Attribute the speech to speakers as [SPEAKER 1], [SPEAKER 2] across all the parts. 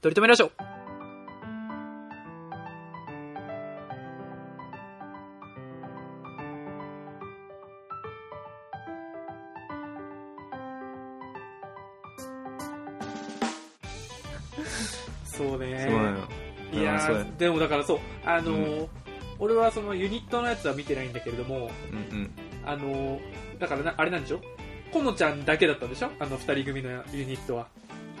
[SPEAKER 1] 取り留めラジオ そう
[SPEAKER 2] そうなん
[SPEAKER 1] ね
[SPEAKER 2] よ。
[SPEAKER 1] いや
[SPEAKER 2] そうや
[SPEAKER 1] ーでもだからそうあのー俺はそのユニットのやつは見てないんだけれども
[SPEAKER 2] うん
[SPEAKER 1] あのーだからなあれなんでしょこのちゃんだけだったんでしょあの二人組のユニットは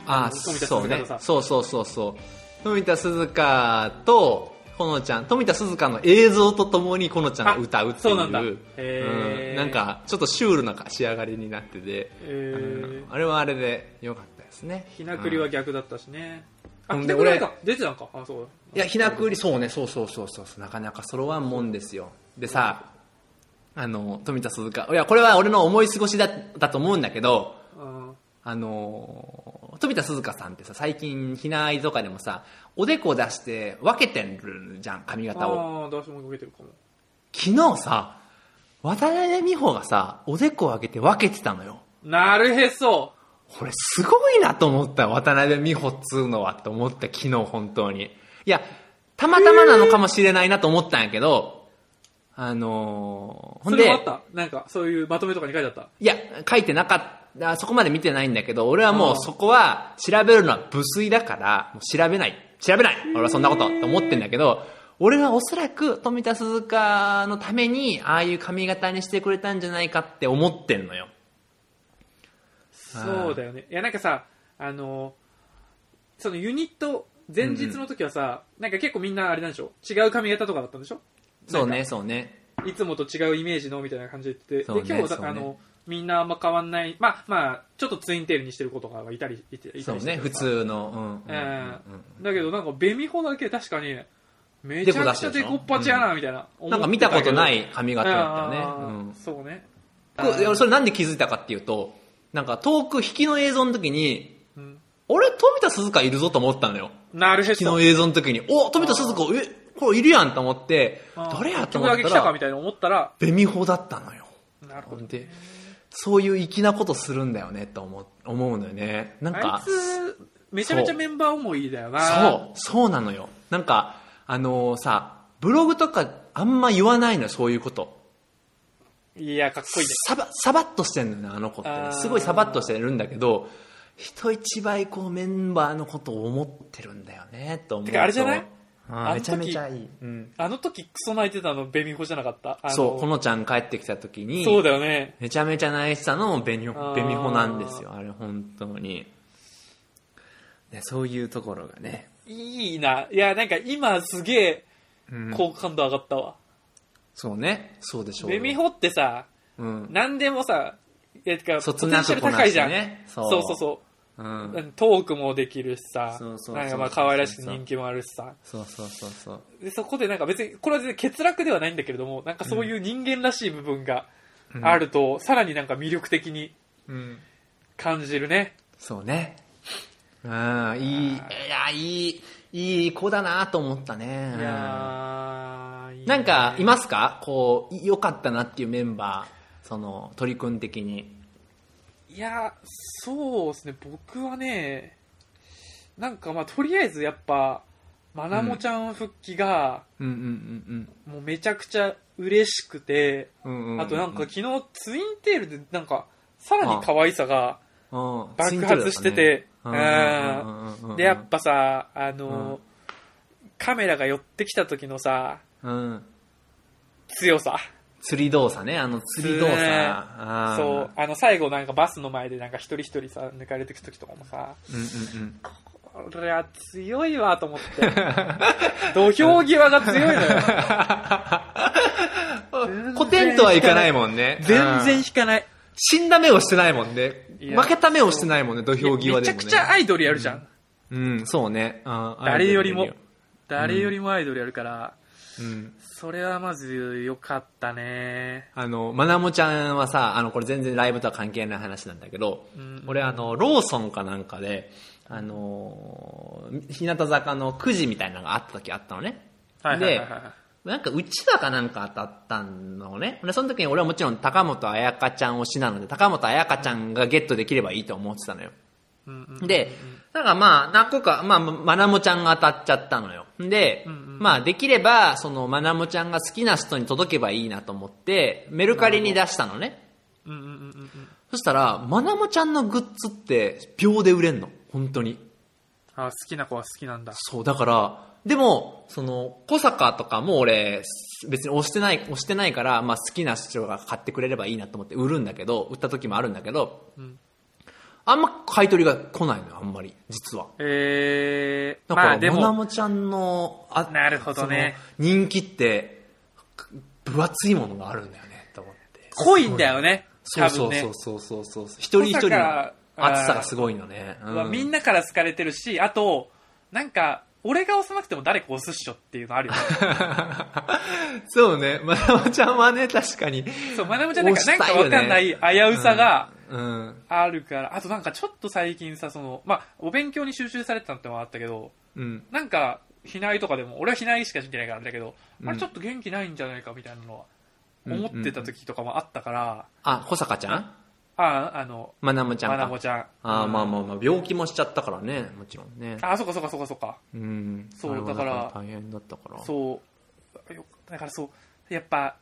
[SPEAKER 2] うん。あ
[SPEAKER 1] あの
[SPEAKER 2] あ、
[SPEAKER 1] 富田
[SPEAKER 2] そうね
[SPEAKER 1] 鈴鹿のさ。
[SPEAKER 2] そうそうそうそう。富田鈴鹿と、ほのちゃん、富田鈴鹿の映像とともに、このちゃんが歌うってい。
[SPEAKER 1] そううなんだ
[SPEAKER 2] う
[SPEAKER 1] へー
[SPEAKER 2] んなんか、ちょっとシュールな仕上がりになってて、
[SPEAKER 1] えー
[SPEAKER 2] うん、あれはあれで良かったですね。
[SPEAKER 1] ひなくりは逆だったしね、
[SPEAKER 2] う
[SPEAKER 1] あ
[SPEAKER 2] ん
[SPEAKER 1] ひ
[SPEAKER 2] で
[SPEAKER 1] なくりは
[SPEAKER 2] 俺
[SPEAKER 1] か出てたんかあそう
[SPEAKER 2] いや、ひなくり、そうね、そうそうそうそう、なかなか揃わんもんですよ。でさ、あの、富田鈴鹿、いや、これは俺の思い過ごしだだと思うんだけど、
[SPEAKER 1] うん
[SPEAKER 2] あの、富田鈴鹿さんってさ、最近、ひなあいとかでもさ、おでこ出して分けてるじゃん、髪型を。
[SPEAKER 1] ああ出し物かけてるかも
[SPEAKER 2] 昨日さ、渡辺美穂がさ、おでこを上げて分けてたのよ。
[SPEAKER 1] なるへそ
[SPEAKER 2] これすごいなと思った渡辺美穂っつうのはと思った昨日本当に。いや、たまたまなのかもしれないなと思ったんやけど、あのー、ほ
[SPEAKER 1] そ
[SPEAKER 2] んで
[SPEAKER 1] れもあ、ったなんかそういうまとめとかに書いてあった
[SPEAKER 2] いや、書いてなかった、あそこまで見てないんだけど、俺はも
[SPEAKER 1] あ
[SPEAKER 2] う
[SPEAKER 1] ー
[SPEAKER 2] そこは調べるのは無粋だから、もう調べない。調べない俺はそんなことと思ってんだけど、俺はおそらく富田鈴鹿のために、ああいう髪型にしてくれたんじゃないかって思ってんのよ。
[SPEAKER 1] そうだよねいやなんかさあのそのユニット前日の時はさ、なんか結構みんなあれなんでしょ違う髪型とかだったんでしょ
[SPEAKER 2] そうね、そうね。
[SPEAKER 1] いつもと違うイメージのみたいな感じで言ってて、
[SPEAKER 2] そうね
[SPEAKER 1] で今日だ
[SPEAKER 2] そうね
[SPEAKER 1] あのみんなあんま変わんないまあまあちょっとツインテールにしてる子とかがいたりいていたり
[SPEAKER 2] そう
[SPEAKER 1] して
[SPEAKER 2] ね、普通の。うん。うんうん
[SPEAKER 1] ええ
[SPEAKER 2] うん
[SPEAKER 1] だけどなんかベミホだけ確かにめちゃくちゃデコっぱちやなみたいな、
[SPEAKER 2] なんか見たことないい髪型だったよね。うん
[SPEAKER 1] そうね
[SPEAKER 2] こういや、それなんで気づいたかっていうと、なんか遠く引きの映像の時に、
[SPEAKER 1] うん
[SPEAKER 2] 俺、富田鈴鹿いるぞと思ったのよ。
[SPEAKER 1] なるへ
[SPEAKER 2] 引きの
[SPEAKER 1] そ
[SPEAKER 2] 映像の時に、お富田鈴鹿、え、これいるやんと思って、
[SPEAKER 1] あー
[SPEAKER 2] 誰やと
[SPEAKER 1] 曲
[SPEAKER 2] 思
[SPEAKER 1] だ
[SPEAKER 2] っ
[SPEAKER 1] け
[SPEAKER 2] た
[SPEAKER 1] 来たからみ、たいな思ったら
[SPEAKER 2] ベミホだったのよ。
[SPEAKER 1] なるほど
[SPEAKER 2] で、そういう粋なことするんだよねと思う思うのよね。なん
[SPEAKER 1] あ
[SPEAKER 2] か
[SPEAKER 1] い、つめちゃめちゃメンバー思いだよな
[SPEAKER 2] そう、そうなのよ。なんか、あのーさ、ブログとかあんま言わないのよ、そういうこと。
[SPEAKER 1] いやかっこいいね
[SPEAKER 2] サバサバッとしてんのよねあの子ってね、
[SPEAKER 1] あー
[SPEAKER 2] すごいサバッとしてるんだけど人一倍こうメンバーのことを思ってるんだよねと思うと
[SPEAKER 1] てかあれじゃない
[SPEAKER 2] うん
[SPEAKER 1] あの時
[SPEAKER 2] めちゃめちゃいい、うん
[SPEAKER 1] あの時クソ泣いてたのベミホじゃなかったあの
[SPEAKER 2] そうこのちゃん帰ってきた時に
[SPEAKER 1] そうだよね
[SPEAKER 2] めちゃめちゃ泣いてたのもベニ
[SPEAKER 1] あー
[SPEAKER 2] ホベミホなんですよあれ本当にねそういうところがね、
[SPEAKER 1] いいないやなんか今すげえ
[SPEAKER 2] うん
[SPEAKER 1] 好感度上がったわ、
[SPEAKER 2] そうねそうでしょう
[SPEAKER 1] ベミホってさ
[SPEAKER 2] うん
[SPEAKER 1] 何でもさいやてか
[SPEAKER 2] そ
[SPEAKER 1] ポ
[SPEAKER 2] つ
[SPEAKER 1] テ
[SPEAKER 2] な
[SPEAKER 1] ンシャ
[SPEAKER 2] く
[SPEAKER 1] ル
[SPEAKER 2] こな
[SPEAKER 1] 高い
[SPEAKER 2] し
[SPEAKER 1] じゃ
[SPEAKER 2] て
[SPEAKER 1] ん、
[SPEAKER 2] ねそ
[SPEAKER 1] そうそうそう
[SPEAKER 2] う、うん、
[SPEAKER 1] トークもできるしさ
[SPEAKER 2] そうそうそう
[SPEAKER 1] なんかまあ可愛らしく人気もあるしさ
[SPEAKER 2] そうそうそうそう
[SPEAKER 1] でそこでなんか別にこれは全然欠落ではないんだけれどもなんかそういう人間らしい部分があると、さらになんか魅力的に
[SPEAKER 2] うん
[SPEAKER 1] 感じるね
[SPEAKER 2] そうね。うん、いい、いや、いい、いい子だなと思ったね。
[SPEAKER 1] いやーいいね
[SPEAKER 2] なんか、いますかこう、良かったなっていうメンバー、その、取り組ん的に。
[SPEAKER 1] いやそうですね僕はねなんかまあとりあえずやっぱまなもちゃん復帰が、
[SPEAKER 2] うんうん
[SPEAKER 1] もうめちゃくちゃ嬉しくて、
[SPEAKER 2] うんうん。うんうんうん
[SPEAKER 1] あとなんか、昨日ツインテールでなんかさらに可愛さが
[SPEAKER 2] うん
[SPEAKER 1] 爆発してて、
[SPEAKER 2] ツインテールだったねうんうんうんうんうん
[SPEAKER 1] でやっぱさあの、カメラが寄ってきた時のさ
[SPEAKER 2] うん。
[SPEAKER 1] 強さ
[SPEAKER 2] 釣り動作ね、あの釣り動作。
[SPEAKER 1] ね
[SPEAKER 2] あー
[SPEAKER 1] そう。あの最後なんかバスの前でなんか一人一人さ抜かれてく時とかもさ
[SPEAKER 2] うんうんうん。
[SPEAKER 1] これは強いわと思って 土俵際が強いのよ然
[SPEAKER 2] コテンとはいかないもんね。
[SPEAKER 1] 全然
[SPEAKER 2] うん
[SPEAKER 1] 引かない
[SPEAKER 2] 死んだ目をしてないもんね。
[SPEAKER 1] いや
[SPEAKER 2] 負けた目をしてないもんね、土俵際でも、ね。
[SPEAKER 1] めちゃくちゃアイドルやるじゃん、
[SPEAKER 2] うん、そうね。あー
[SPEAKER 1] 誰よりも
[SPEAKER 2] アイドル
[SPEAKER 1] 誰よりもアイドルやるから、
[SPEAKER 2] だようん。
[SPEAKER 1] それはまず良かったね
[SPEAKER 2] あの、まなもちゃんはさ、あの、これ全然ライブとは関係ない話なんだけど、
[SPEAKER 1] うん
[SPEAKER 2] 俺あの、ローソンかなんかで、あのー日向坂のくじみたいなのがあった時あったのね。
[SPEAKER 1] はいはいはいはい
[SPEAKER 2] で、なんかうちだかなんか当たったのね。で、その時に俺はもちろん高本彩香ちゃん推しなので、高本彩香ちゃんがゲットできればいいと思ってたのよ。
[SPEAKER 1] うんうんうんうん
[SPEAKER 2] で、だからまあ、何個か、まあ、まなもちゃんが当たっちゃったのよ。で、
[SPEAKER 1] うんうん
[SPEAKER 2] まあ、できれば、その、まなもちゃんが好きな人に届けばいいなと思って、メルカリに出したのね。
[SPEAKER 1] うんうんうんうんうん。
[SPEAKER 2] そしたら、まなもちゃんのグッズって、秒で売れんの。本当に。
[SPEAKER 1] あ、好きな子は好きなんだ。
[SPEAKER 2] そう、だから、でも、その、小坂とかも俺、別に押してない、押してないから、まあ好きな人が買ってくれればいいなと思って売るんだけど、売った時もあるんだけど、
[SPEAKER 1] うん
[SPEAKER 2] あんま買い取りが来ないのよ、あんまり、実は。
[SPEAKER 1] えー、
[SPEAKER 2] だから、
[SPEAKER 1] まあで
[SPEAKER 2] まな
[SPEAKER 1] も、
[SPEAKER 2] もちゃんの、あ
[SPEAKER 1] なるほどね。
[SPEAKER 2] その人気って、分厚いものがあるんだよね、と思って。
[SPEAKER 1] 濃いんだよね。
[SPEAKER 2] そ
[SPEAKER 1] 多
[SPEAKER 2] うそ
[SPEAKER 1] 分
[SPEAKER 2] う
[SPEAKER 1] ね。
[SPEAKER 2] そうそうそうそう。一人一人
[SPEAKER 1] 小坂
[SPEAKER 2] の
[SPEAKER 1] が
[SPEAKER 2] 厚さがすごいのね。
[SPEAKER 1] まあみん
[SPEAKER 2] な、
[SPEAKER 1] なから好かれてるし、あと、なんか、俺が押さなくても誰か押すっしょっていうのあるよね。
[SPEAKER 2] そうね、まなもちゃんはね、確かに。
[SPEAKER 1] そう、まなもちゃんなんか、なん
[SPEAKER 2] 押した
[SPEAKER 1] か
[SPEAKER 2] いよ
[SPEAKER 1] わ
[SPEAKER 2] ね
[SPEAKER 1] かんない危うさが
[SPEAKER 2] うん。
[SPEAKER 1] あるから、あとなんかちょっと最近さ、その、まあ、お勉強に集中されてたのってのもあったけど、
[SPEAKER 2] うん。
[SPEAKER 1] なんか、避難とかでも、俺は避難しか見てないからあれだけど、
[SPEAKER 2] うん
[SPEAKER 1] あれちょっと元気ないんじゃないかみたいなのは、
[SPEAKER 2] うん
[SPEAKER 1] 思ってた時とかもあったから、
[SPEAKER 2] あ、小坂ちゃん
[SPEAKER 1] あ、あの、
[SPEAKER 2] まなもちゃん
[SPEAKER 1] ま
[SPEAKER 2] か。
[SPEAKER 1] なもちゃん。
[SPEAKER 2] あーまあ
[SPEAKER 1] あ。
[SPEAKER 2] まあまあ、病気もしちゃったからね、もちろんね。
[SPEAKER 1] あ、そうかそうかそうかそうか。
[SPEAKER 2] うん。
[SPEAKER 1] そう
[SPEAKER 2] あれは
[SPEAKER 1] だから
[SPEAKER 2] ん大変だったから。
[SPEAKER 1] そう。よだからそう、やっぱ、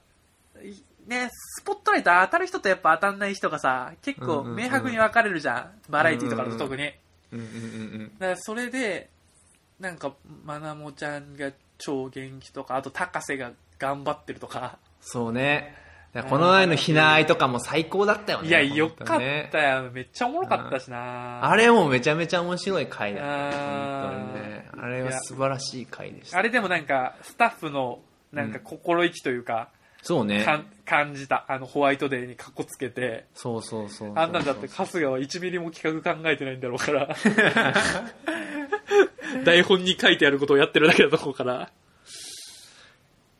[SPEAKER 1] いね、スポットライト当たる人とやっぱ当たんない人がさ、結
[SPEAKER 2] う
[SPEAKER 1] 構
[SPEAKER 2] んうんうん
[SPEAKER 1] 明白に分かれるじゃん。バラエティーとかだと特に。
[SPEAKER 2] うんうんうん
[SPEAKER 1] だからそれで、なんか、まなもちゃんが超元気とか、あと高瀬が頑張ってるとか。
[SPEAKER 2] そうね。だからこの前のひなあいとかも最高だったよね。
[SPEAKER 1] いや、よか
[SPEAKER 2] 本当
[SPEAKER 1] っ
[SPEAKER 2] ね
[SPEAKER 1] たよ。めっちゃおもろかったしな。
[SPEAKER 2] あれもめちゃめちゃ面白い回だね。
[SPEAKER 1] あー
[SPEAKER 2] 本当にね。あれは素晴らしい回でした。
[SPEAKER 1] あれでもなんか、スタッフの、なんか心意気というか、
[SPEAKER 2] そうね。
[SPEAKER 1] かん感じた。あの、ホワイトデーにカッコつけて、
[SPEAKER 2] そうそうそう。
[SPEAKER 1] あんなんだって春日は1ミリも企画考えてないんだろうから。 台本に書いてあることをやってるだけだと思うから。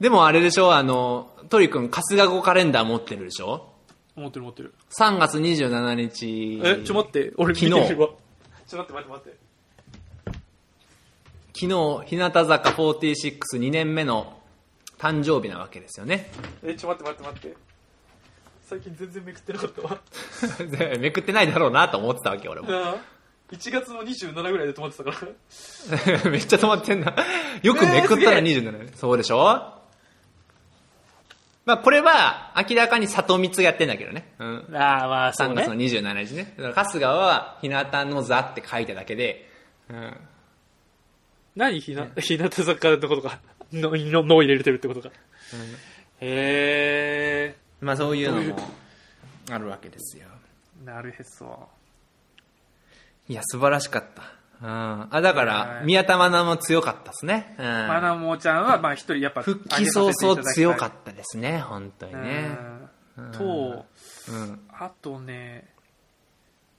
[SPEAKER 2] でもあれでしょあの、トリくん、春日語カレンダー持ってるでしょ
[SPEAKER 1] 思ってる思ってる。
[SPEAKER 2] ?3 月27日。
[SPEAKER 1] え、ちょ待って、俺見て
[SPEAKER 2] 昨
[SPEAKER 1] み
[SPEAKER 2] 日
[SPEAKER 1] るわ。ちょ待って待って待って。
[SPEAKER 2] 昨日、日向坂462年目の誕生日なわけですよね。
[SPEAKER 1] え、ちょ待って待って待って。最近全然めくってなかったわ。
[SPEAKER 2] でめくってないだろうなと思ってたわけ、俺も。
[SPEAKER 1] なあ1月の27ぐらいで止まってたから。
[SPEAKER 2] めっちゃ止まってんな。よくめくったら
[SPEAKER 1] えー
[SPEAKER 2] 27、そうでしょまあ、これは、明らかに里光がやってんだけどね。うん。
[SPEAKER 1] ああ、まあ、
[SPEAKER 2] 3月の27日ね。だから春日は、日向の座って書いただけで、うん。
[SPEAKER 1] 何ひな、日向坂のことか。の、の、のを入れてるってことか。へえ。
[SPEAKER 2] まあ、そういうのも、あるわけですよ。
[SPEAKER 1] なるへそ。
[SPEAKER 2] いや、素晴らしかった。うん。あ、だから
[SPEAKER 1] は、い
[SPEAKER 2] 宮田愛菜も強かったですね。うん。
[SPEAKER 1] まなもちゃんは、まあ一人やっぱ、
[SPEAKER 2] 復帰早々強か
[SPEAKER 1] っ
[SPEAKER 2] ったですね、本当にね。
[SPEAKER 1] ね。と、
[SPEAKER 2] うん。
[SPEAKER 1] あとね、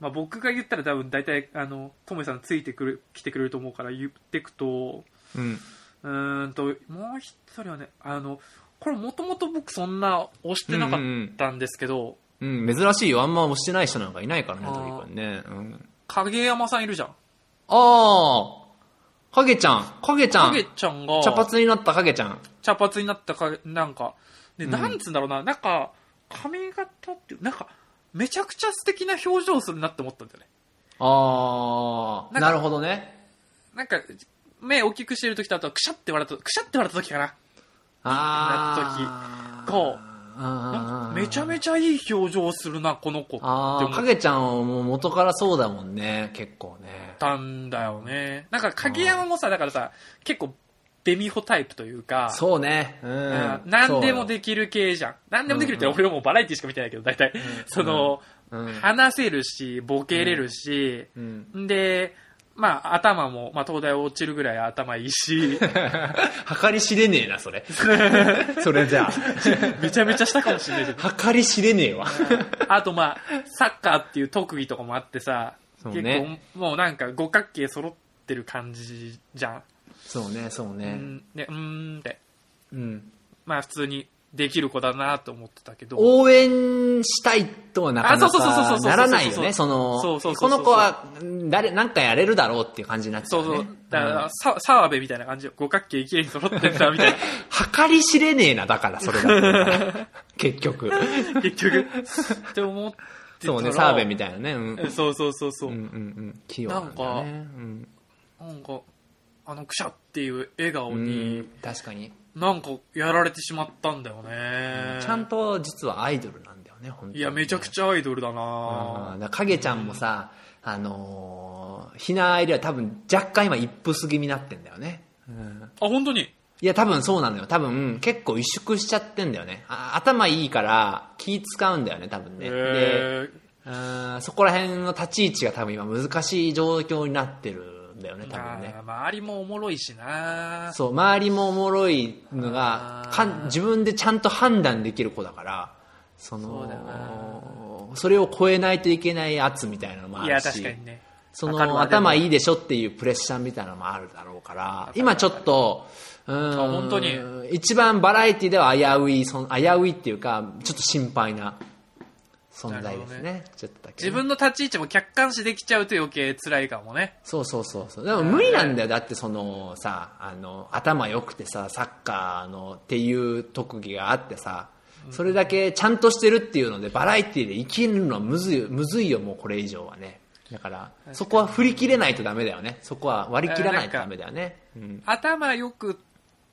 [SPEAKER 1] まあ僕が言ったら多分大体、あの、ともさんついてくる、来てくれると思うから言ってくと、
[SPEAKER 2] うん。
[SPEAKER 1] うーんと、もう一人はね、あの、これもともと僕そんな押してなかったんですけど、
[SPEAKER 2] うん、珍しいよ。あんま押してない人なんかいないからね、
[SPEAKER 1] あー
[SPEAKER 2] とにかくね。うん。
[SPEAKER 1] 影山さんいるじゃん。
[SPEAKER 2] あー、かげちゃん、かげちゃん
[SPEAKER 1] 影。ちゃんが、
[SPEAKER 2] 茶髪になったかげちゃん。
[SPEAKER 1] 茶髪になったか、なんか、で、
[SPEAKER 2] うん
[SPEAKER 1] なんつうんだろうな、なんか、髪型っていう、なんか、めちゃくちゃ素敵な表情するなって思ったんだよね。
[SPEAKER 2] あー、
[SPEAKER 1] なんか
[SPEAKER 2] なるほどね。
[SPEAKER 1] なんか、目大きくしてる時とあとは、くしゃって笑った、くしゃって笑った時かな。
[SPEAKER 2] あー。
[SPEAKER 1] こうなんか
[SPEAKER 2] う
[SPEAKER 1] めちゃ
[SPEAKER 2] ち
[SPEAKER 1] めちゃいい表情するな、この子って
[SPEAKER 2] あ
[SPEAKER 1] 思
[SPEAKER 2] ー、か
[SPEAKER 1] っ
[SPEAKER 2] げちゃんはもう元からそうだもんね、結構ね。
[SPEAKER 1] たんだよね。なんか、影山もさ、だからさ、結構、ベミホタイプというか、
[SPEAKER 2] そうね。う
[SPEAKER 1] うん
[SPEAKER 2] ん。
[SPEAKER 1] 何でもできる系じゃん。何でもできるって、
[SPEAKER 2] うんうん
[SPEAKER 1] 俺もうバラエティしか見てないけど、大体。その、
[SPEAKER 2] そうよ、うん
[SPEAKER 1] 話せるし、ボケれるし、
[SPEAKER 2] うん。
[SPEAKER 1] んで、まあ、頭も、まあ、東大落ちるぐらい頭いい し、
[SPEAKER 2] 計り知れねえな、それ。それじゃあ。
[SPEAKER 1] めちゃめちゃしたかもしれないけど。
[SPEAKER 2] 計り知れねえわ。
[SPEAKER 1] あと、まあ、サッカーっていう特技とかもあってさ、
[SPEAKER 2] そうね
[SPEAKER 1] 結構、もうなんか五角形揃ってる感じじゃん。
[SPEAKER 2] そうね、そう
[SPEAKER 1] う
[SPEAKER 2] ね。
[SPEAKER 1] ん、で、うーんって。
[SPEAKER 2] うん。
[SPEAKER 1] まあ、普通にできる子だなと思ってたけど。
[SPEAKER 2] 応援したいとはなかな
[SPEAKER 1] あそうそうそうそ
[SPEAKER 2] か
[SPEAKER 1] うそう
[SPEAKER 2] ならないよね。そ
[SPEAKER 1] そ
[SPEAKER 2] の、
[SPEAKER 1] うそう
[SPEAKER 2] こ
[SPEAKER 1] そうそう
[SPEAKER 2] の子は、ん誰、なんかやれるだろうっていう感じになっちゃ
[SPEAKER 1] そう
[SPEAKER 2] うね。
[SPEAKER 1] そう。だから
[SPEAKER 2] ん、
[SPEAKER 1] さ澤部みたいな感じよ。五角形綺麗に揃ってんだ、みたい
[SPEAKER 2] 計り 知れねえな、だから、それだと。結局。
[SPEAKER 1] な。結局。って思っってた
[SPEAKER 2] そ
[SPEAKER 1] ら
[SPEAKER 2] うね、澤部みたいなね。うん。
[SPEAKER 1] えそうそうそうそうう、
[SPEAKER 2] んうんうん。器用なんだね。うん
[SPEAKER 1] なんかあのくしゃっていう笑顔
[SPEAKER 2] う
[SPEAKER 1] に
[SPEAKER 2] ん。確かに。
[SPEAKER 1] なんかやられてしまったんだよね
[SPEAKER 2] ちゃんと実はアイドルなんだよね、本当にね
[SPEAKER 1] いやめちゃくちゃアイドルだな
[SPEAKER 2] あーだから影ちゃんもさ、あのー、ひなあいりは多分若干今一歩過ぎになってんだよね。うん、
[SPEAKER 1] あ本当に
[SPEAKER 2] いや、多分そうなのよ。多分結構萎縮しちゃってんだよね。あ頭いいから気使うんだよね、多分ね。で、
[SPEAKER 1] え
[SPEAKER 2] あーそこら辺の立ち位置が多分今難しい状況になってるんだよね、
[SPEAKER 1] ー
[SPEAKER 2] 多分ね
[SPEAKER 1] ま。あ周りもおもろいしな
[SPEAKER 2] そう、周りもおもろいのが
[SPEAKER 1] あ、ー
[SPEAKER 2] かん自分でちゃんと判断できる子だから、その、
[SPEAKER 1] そうだな
[SPEAKER 2] それを超えないといけない圧みたいなのもあ
[SPEAKER 1] い
[SPEAKER 2] る
[SPEAKER 1] や
[SPEAKER 2] し、
[SPEAKER 1] 確かにね
[SPEAKER 2] そ
[SPEAKER 1] わかる
[SPEAKER 2] の
[SPEAKER 1] わでも
[SPEAKER 2] 頭いいでしょっていうプレッシャーみたいなのもあるだろうから、
[SPEAKER 1] かる
[SPEAKER 2] 今ちょっと、うーん
[SPEAKER 1] 本当に
[SPEAKER 2] 一番バラエティでは危うい、その危ういっていうか、ちょっと心配な存在ですね。
[SPEAKER 1] な
[SPEAKER 2] ちょっとだけね、
[SPEAKER 1] 自分の立ち位置も客観視できちゃうと余計辛いかもね
[SPEAKER 2] そうそうそうそう。でも無理なんだよ。だってそのさ、あの、頭良くてさ、サッカーのっていう特技があってさ、それだけちゃんとしてるっていうので、バラエティで生きるのはむずいよ、むずいよ、もうこれ以上はね。だから、そこは振り切れないとダメだよね。そこは割り切らないとダメだよね。うん。
[SPEAKER 1] 頭よくっ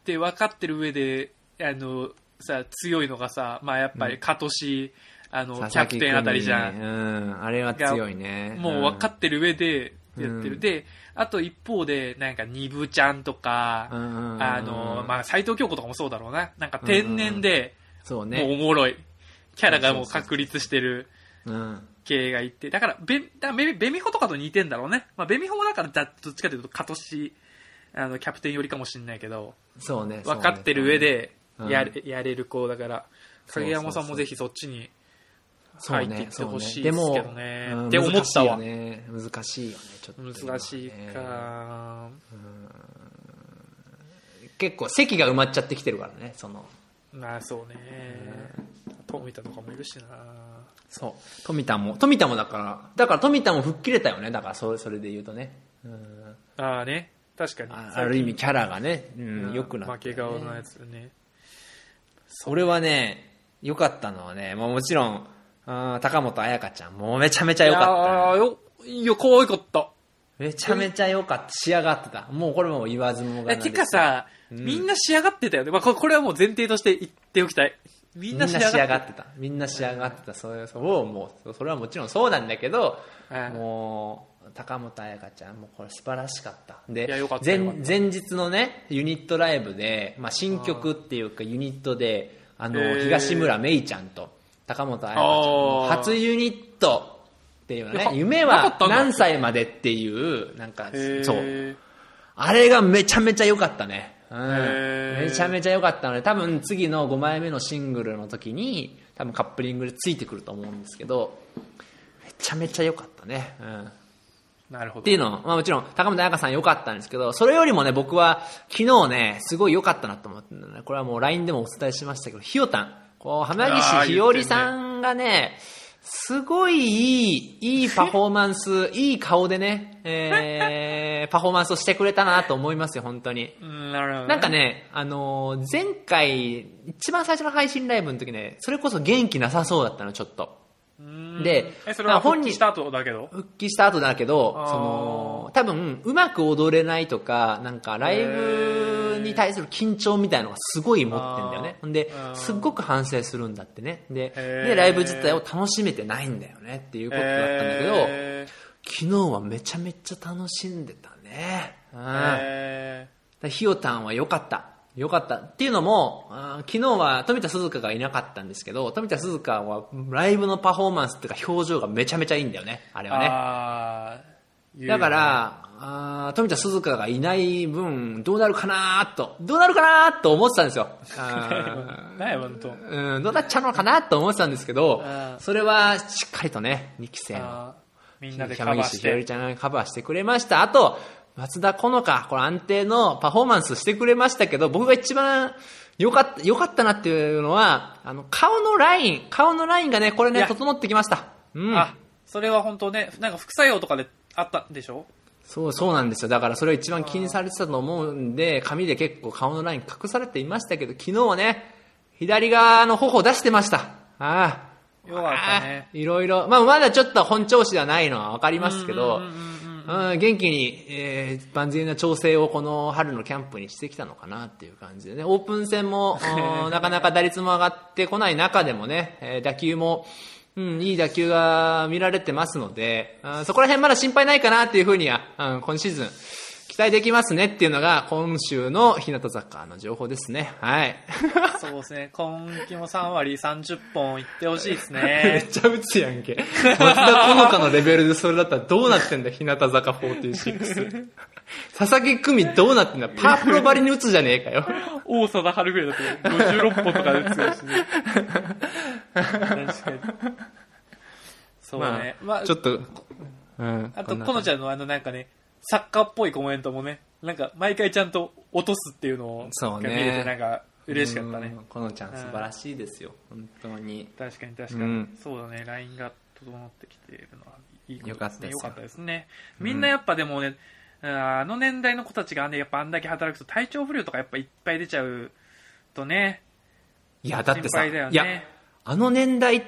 [SPEAKER 1] て分かってる上であのさ強いのがさ、まあ、やっぱりカトシ、あのキャプテンあたりじゃん、
[SPEAKER 2] ん。うん。あれは強いね。
[SPEAKER 1] もう分か
[SPEAKER 2] っ
[SPEAKER 1] ってる上でやってる、
[SPEAKER 2] うん
[SPEAKER 1] であと一方でなんかニブちゃんとか、あのまあ、斎藤京子とかもそうだろうななんか天然で、
[SPEAKER 2] そう
[SPEAKER 1] もう
[SPEAKER 2] ね。
[SPEAKER 1] おもろいキャラがもう確立してる
[SPEAKER 2] うん。
[SPEAKER 1] 系がいてだからベだベベミホとかと似てんだろうね、まあ、ベミホもだからだどっちかというとカトシあのキャプテン寄りかもしれないけど
[SPEAKER 2] そうね。
[SPEAKER 1] 分かってる上で
[SPEAKER 2] うん
[SPEAKER 1] やれ,、やれる子だから
[SPEAKER 2] そうそうそう
[SPEAKER 1] 影山さんもぜひそっちに
[SPEAKER 2] そう
[SPEAKER 1] 入ってい
[SPEAKER 2] ね
[SPEAKER 1] っ、て
[SPEAKER 2] そう
[SPEAKER 1] ほし
[SPEAKER 2] ね。
[SPEAKER 1] い
[SPEAKER 2] で
[SPEAKER 1] です
[SPEAKER 2] も
[SPEAKER 1] けどね
[SPEAKER 2] うん
[SPEAKER 1] って思ったわ
[SPEAKER 2] 難しいよね。難しいよね、ちょっと今はね。
[SPEAKER 1] 難しいか、
[SPEAKER 2] 結構席が埋まっちゃってきてるからね、その。
[SPEAKER 1] まあそうね富田とかもいるしな
[SPEAKER 2] そう。富田も、富田もだから、だから富田も吹っ切れたよね、だからそれそれで言うとね。うん
[SPEAKER 1] ああね確かに
[SPEAKER 2] あある意味キャラがね、うん、良くな
[SPEAKER 1] 負
[SPEAKER 2] って、
[SPEAKER 1] け顔のやつね
[SPEAKER 2] それはね、良かったのはね、まあもちろん、うん高本彩香ちゃん、もうめちゃめちゃ良か
[SPEAKER 1] ああ
[SPEAKER 2] った。
[SPEAKER 1] よいや可愛かった
[SPEAKER 2] めちゃめちゃ良かった。仕上がってた。もうこれも言わずもがな
[SPEAKER 1] え
[SPEAKER 2] です
[SPEAKER 1] てかさ、
[SPEAKER 2] うん
[SPEAKER 1] みんな仕上がってたよね、まあ、ここれはもう前提として言っておきたいみ
[SPEAKER 2] み
[SPEAKER 1] ん
[SPEAKER 2] んな
[SPEAKER 1] な
[SPEAKER 2] 仕
[SPEAKER 1] 仕上がって
[SPEAKER 2] 上がってた。みんな仕上がってた。それそうもう、それはもちろんそうなんだけど、
[SPEAKER 1] うん
[SPEAKER 2] もう、高本彩香ちゃん、もうこれ素晴らしかった。
[SPEAKER 1] い
[SPEAKER 2] で
[SPEAKER 1] やよかっ、た
[SPEAKER 2] 前
[SPEAKER 1] よかった
[SPEAKER 2] 前日のね、ユニットライブで、まあ、新曲っていうかユニットで、あ
[SPEAKER 1] へ
[SPEAKER 2] の、
[SPEAKER 1] ー
[SPEAKER 2] 東村芽衣ちゃんと高本彩香ちゃんの
[SPEAKER 1] あー
[SPEAKER 2] 初ユニットっていうの
[SPEAKER 1] え
[SPEAKER 2] ね
[SPEAKER 1] は、
[SPEAKER 2] 夢
[SPEAKER 1] なか
[SPEAKER 2] は
[SPEAKER 1] ったんだ
[SPEAKER 2] 何歳までっていう、なんか、
[SPEAKER 1] へー
[SPEAKER 2] そう。あれがめちゃめちゃ良かったね。うん、
[SPEAKER 1] へー
[SPEAKER 2] めちゃめちゃ良かったので、多分次の5枚目のシングルの時に、多分カップリングでついてくると思うんですけど、めちゃめちゃ良かったね。うん、っ
[SPEAKER 1] なるほど
[SPEAKER 2] ていうのを、まあもちろん高本彩香さん良かったんですけど、それよりもね、僕は昨日ね、すごい良かったなと思ってるのね。これはもう LINE でもお伝えしましたけど、ひよたん。こう、花
[SPEAKER 1] あ
[SPEAKER 2] 岸
[SPEAKER 1] ー
[SPEAKER 2] ひよりさんがね、すごいいい、いいパフォーマンス、いい顔でね、えー、パフォーマンスをしてくれたなと思いますよ、本当に。
[SPEAKER 1] うんなるほど、
[SPEAKER 2] なんかね、あのー前回、一番最初の配信ライブの時ね、それこそ元気なさそうだったの、ちょっと。
[SPEAKER 1] うん
[SPEAKER 2] で
[SPEAKER 1] えそれは
[SPEAKER 2] まあ本
[SPEAKER 1] 本
[SPEAKER 2] 人
[SPEAKER 1] 人した後だけど
[SPEAKER 2] 復帰した後だけど、
[SPEAKER 1] あー
[SPEAKER 2] その、多分、うまく踊れないとか、なんか、ライブに対する緊張みたいのがすごい持ってんだよね
[SPEAKER 1] へ。ー
[SPEAKER 2] ほんで
[SPEAKER 1] う、ん
[SPEAKER 2] すっごく反省するんだってね。で、
[SPEAKER 1] へー
[SPEAKER 2] で、ライブ自体を楽しめてないんだよねっていうことだったんだけど、
[SPEAKER 1] え
[SPEAKER 2] 昨日はめちゃめちゃ楽しんでたね。うん。
[SPEAKER 1] ーえ
[SPEAKER 2] だからひよたんは良かった。良かった。っていうのも、あー昨日は富田鈴香がいなかったんですけど、富田鈴香はライブのパフォーマンスっていうか表情がめちゃめちゃいいんだよね。あれ
[SPEAKER 1] ー
[SPEAKER 2] はね。
[SPEAKER 1] あー
[SPEAKER 2] だから、あー富田鈴香がいない分、どうなるかなーと、どうなるかなーと思ってたんですよ。あ
[SPEAKER 1] 言うよねない本当
[SPEAKER 2] ーうん、どうなっちゃうのかなと思ってたんですけど
[SPEAKER 1] あ、ー
[SPEAKER 2] それはしっかりとね、2期生の
[SPEAKER 1] あーみんなでカバ
[SPEAKER 2] 山
[SPEAKER 1] ー
[SPEAKER 2] 岸
[SPEAKER 1] し
[SPEAKER 2] ひより
[SPEAKER 1] て
[SPEAKER 2] ちゃんがカバーしてくれました。あと、松田好花、これ安定のパフォーマンスしてくれましたけど、僕が一番良かった、良かったなっていうのは、あの、顔のライン、顔のラインがね、これ
[SPEAKER 1] い
[SPEAKER 2] ね、
[SPEAKER 1] や
[SPEAKER 2] 整ってきました。うん。
[SPEAKER 1] あそれは本当ねなんか副作用とかであったんでしょ
[SPEAKER 2] そう、そうなんですよ。だからそれを一番気にされてたと思うんで、髪で結構顔のライン隠されていましたけど、昨日はね、左側の頬を出してました。ああ。
[SPEAKER 1] よかったね。
[SPEAKER 2] いろいろ。まあ、まだちょっと本調子ではないのはわかりますけど
[SPEAKER 1] うん、うんうんうん
[SPEAKER 2] うん、元気に、えー万全な調整をこの春のキャンプにしてきたのかなっていう感じでね、オープン 戦も、うんなかなか打率も上がってこない中でもね、えー打球も、うん、いい打球が見られてますので、あーそこら辺まだ心配ないかなっていうふうには、うん、今シーズン、期待できますねっていうのが、今週の日向坂の情報ですね。はい。
[SPEAKER 1] そうですね。今季も3割30本いってほしいです
[SPEAKER 2] め
[SPEAKER 1] ね
[SPEAKER 2] っ。ちゃ打つや んけ。松田好花のレベルでそれだったらどうなってんだ、日向坂46。佐々木久美どうなってんだ、パープロバリに打つじゃねえかよ。
[SPEAKER 1] 王貞治ぐらいだと56本とかで強いしね。確かに。そうね。まあ、
[SPEAKER 2] ちょっと、うん。
[SPEAKER 1] あと、
[SPEAKER 2] んな
[SPEAKER 1] このちゃんのあのなんかね、サッカーっぽいコメントもね、なんか毎回ちゃんと落とすっていうのを
[SPEAKER 2] そうね
[SPEAKER 1] 見れてなんか嬉しかったね
[SPEAKER 2] うん。このちゃん素晴らしいですよ。本当に。
[SPEAKER 1] 確かに確かに。
[SPEAKER 2] うん
[SPEAKER 1] そうだね、LINE が整ってきているのはいいことですね。
[SPEAKER 2] よ
[SPEAKER 1] よか
[SPEAKER 2] かっ
[SPEAKER 1] ったた
[SPEAKER 2] で
[SPEAKER 1] ですね。みんなやっぱでもね、あの年代の子たちがね、やっぱあんだけ働くと体調不良とかやっぱいっぱい出ちゃうとね、
[SPEAKER 2] いや、だってさ、
[SPEAKER 1] 心配だよね
[SPEAKER 2] いや、あの年代っ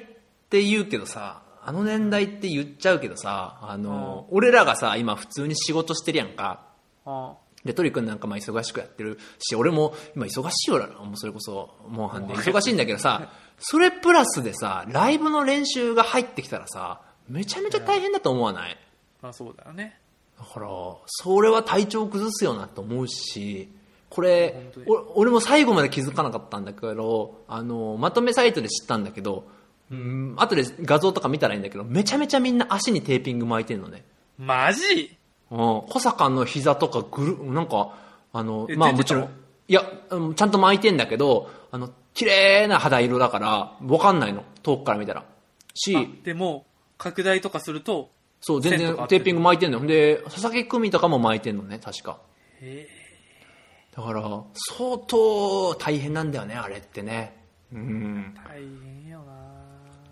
[SPEAKER 2] て言うけどさ、あの年代って言っちゃうけどさ、あの、俺らがさ、今普通に仕事してるやんか。
[SPEAKER 1] あ
[SPEAKER 2] で、トリ君なんかまあ忙しくやってるし、俺も今忙しいよな、もうそれこそ、モンハンで。
[SPEAKER 1] もう
[SPEAKER 2] 忙しいんだけどさ、それプラスでさ、ライブの練習が入ってきたらさ、めちゃめちゃ大変だと思わない
[SPEAKER 1] まあそうだよね。
[SPEAKER 2] だから、それは体調崩すよなと思うし、これ
[SPEAKER 1] 本当に、
[SPEAKER 2] お俺も最後まで気づかなかったんだけど、あの、まとめサイトで知ったんだけど、うん、後で画像とか見たらいいんだけど、めちゃめちゃみんな足にテーピング巻いてんのね。
[SPEAKER 1] マジ
[SPEAKER 2] うん、小坂の膝とかぐる、なんか、あの、
[SPEAKER 1] え
[SPEAKER 2] まあも
[SPEAKER 1] 出て
[SPEAKER 2] ち
[SPEAKER 1] た
[SPEAKER 2] ろん、いや、うんちゃんと巻いてんだけど、あの、綺麗な肌色だから、わかんないの、遠くから見たら。し、
[SPEAKER 1] でも、拡大とかすると、
[SPEAKER 2] そう、全
[SPEAKER 1] 線
[SPEAKER 2] 然
[SPEAKER 1] とかあって
[SPEAKER 2] テーピング巻いてんのよ。で、佐々木久美とかも巻いてんのね、確か。
[SPEAKER 1] へ
[SPEAKER 2] だから、相当大変なんだよね、あれってね。うん
[SPEAKER 1] え。大変よな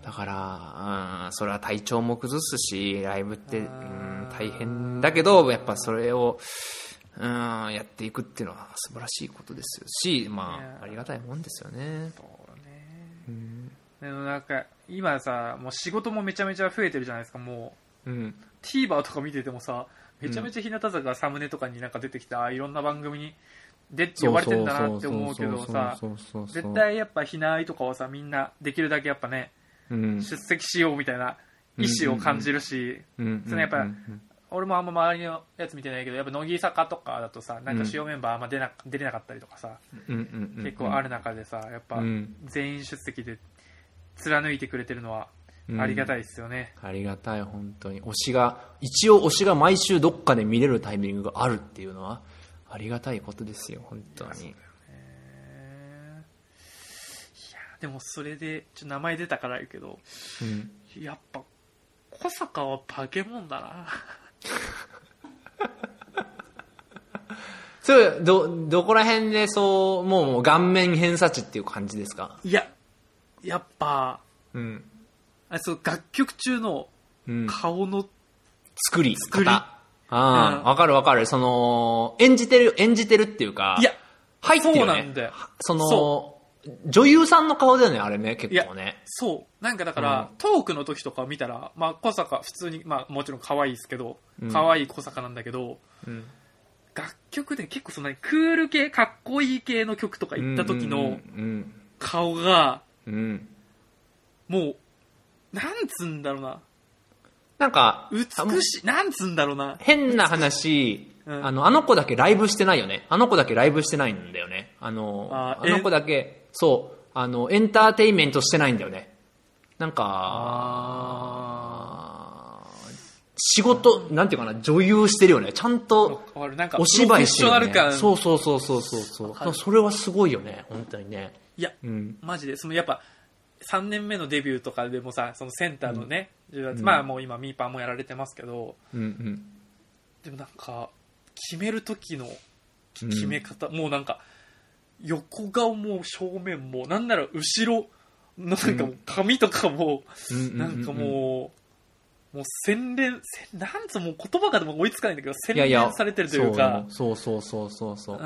[SPEAKER 2] だから、うん、それは体調も崩すし、ライブって、う
[SPEAKER 1] あ
[SPEAKER 2] ん、
[SPEAKER 1] ー
[SPEAKER 2] 大変だけど、やっぱそれを、うん、やっていくっていうのは素晴らしいことですよし、
[SPEAKER 1] い
[SPEAKER 2] ま
[SPEAKER 1] や
[SPEAKER 2] あ、ありがたいもんですよね。
[SPEAKER 1] そうね。
[SPEAKER 2] うん。
[SPEAKER 1] でもなんか、今さ、もう仕事もめちゃめちゃ増えてるじゃないですか、もう。
[SPEAKER 2] うん。
[SPEAKER 1] TVer とか見ててもさめちゃめちゃ日向坂がサムネとかになんか出てきた、いろんな番組にで呼ばれてんだなって思うけどさ
[SPEAKER 2] そうそうそうそうそうそう
[SPEAKER 1] 絶、対やっぱひなあいとかはさみんなできるだけやっぱね
[SPEAKER 2] うん
[SPEAKER 1] 出席しようみたいな意思を感じるし、
[SPEAKER 2] うん
[SPEAKER 1] そのやっぱ
[SPEAKER 2] うんうん
[SPEAKER 1] 俺もあんま周りのやつ見てないけどやっぱ乃木坂とかだとさなんか主要メンバーあんま出な出れなかったりとかさ
[SPEAKER 2] うんうんうん
[SPEAKER 1] 結構ある中でさやっぱ
[SPEAKER 2] うん
[SPEAKER 1] 全員出席で貫いてくれてるのはありがたいですよね、
[SPEAKER 2] ありがたい、本当に。推しが、一応推しが毎週どっかで見れるタイミングがあるっていうのは、ありがたいことですよ、本当に。
[SPEAKER 1] へーいやでもそれでちょっと名前出たから言うけど
[SPEAKER 2] うん。
[SPEAKER 1] やっぱ小坂は化け物だな
[SPEAKER 2] それ、ど、どこら辺でそう、もう、もう顔面偏差値っていう感じですか
[SPEAKER 1] いややっぱ
[SPEAKER 2] うん。
[SPEAKER 1] あれそう楽曲中の
[SPEAKER 2] うん。
[SPEAKER 1] 顔の、
[SPEAKER 2] 作り、
[SPEAKER 1] 作り
[SPEAKER 2] 方。
[SPEAKER 1] う
[SPEAKER 2] あ
[SPEAKER 1] ん
[SPEAKER 2] あ、わかるわかる。その、演じてる、演じてるっていうか、
[SPEAKER 1] いや、
[SPEAKER 2] 入ってるよね。
[SPEAKER 1] そうなんだよ
[SPEAKER 2] その
[SPEAKER 1] そ
[SPEAKER 2] 女優さんの顔だよね、あれね、結
[SPEAKER 1] いや
[SPEAKER 2] 構ね。
[SPEAKER 1] そうなんかだから、トークの時とか見たら、まあ、小坂普通に、まあ、もちろん可愛いですけど
[SPEAKER 2] うん
[SPEAKER 1] 可愛い小坂なんだけど、
[SPEAKER 2] うん。
[SPEAKER 1] 楽曲で結構そのクール系かっこいい系の曲とか行った時の
[SPEAKER 2] うん、
[SPEAKER 1] 顔が
[SPEAKER 2] うん。うん。
[SPEAKER 1] もうなんつうんだろうな
[SPEAKER 2] なんか、
[SPEAKER 1] 美しいなんつうんだろうな
[SPEAKER 2] 変な話、
[SPEAKER 1] うん
[SPEAKER 2] あの、あの子だけライブしてないよね。あの子だけライブしてないんだよね。あの、あ
[SPEAKER 1] あ
[SPEAKER 2] の子だけ、そう、あの、エンターテインメントしてないんだよね。なんか、
[SPEAKER 1] あ
[SPEAKER 2] あー仕事、なんていうかな、女優してるよね。ちゃんと、
[SPEAKER 1] わかるなんか
[SPEAKER 2] お芝居してる、
[SPEAKER 1] プロフェッショナル
[SPEAKER 2] ね。
[SPEAKER 1] 感
[SPEAKER 2] そうそうそうそうそうそう。だ
[SPEAKER 1] わ
[SPEAKER 2] か
[SPEAKER 1] からる
[SPEAKER 2] それはすごいよね、本当にね。
[SPEAKER 1] いや
[SPEAKER 2] うん。
[SPEAKER 1] マジでそのやっぱ3年目のデビューとかでもさそのセンターのね、10月
[SPEAKER 2] うん
[SPEAKER 1] まあもう今ミーパーもやられてますけど
[SPEAKER 2] うんうん。
[SPEAKER 1] でもなんか決める時のき
[SPEAKER 2] うん
[SPEAKER 1] 決め方、もうなんか横顔も正面もなんなら後ろのなんかもう髪とかも、
[SPEAKER 2] うんうんうん
[SPEAKER 1] なんかもう、もう洗練、せなんつうもう言葉がでも追いつかないんだけど、洗
[SPEAKER 2] いやいや
[SPEAKER 1] 練されてるというか、
[SPEAKER 2] そうそうそうそうそう
[SPEAKER 1] う
[SPEAKER 2] そ
[SPEAKER 1] ーん、
[SPEAKER 2] う。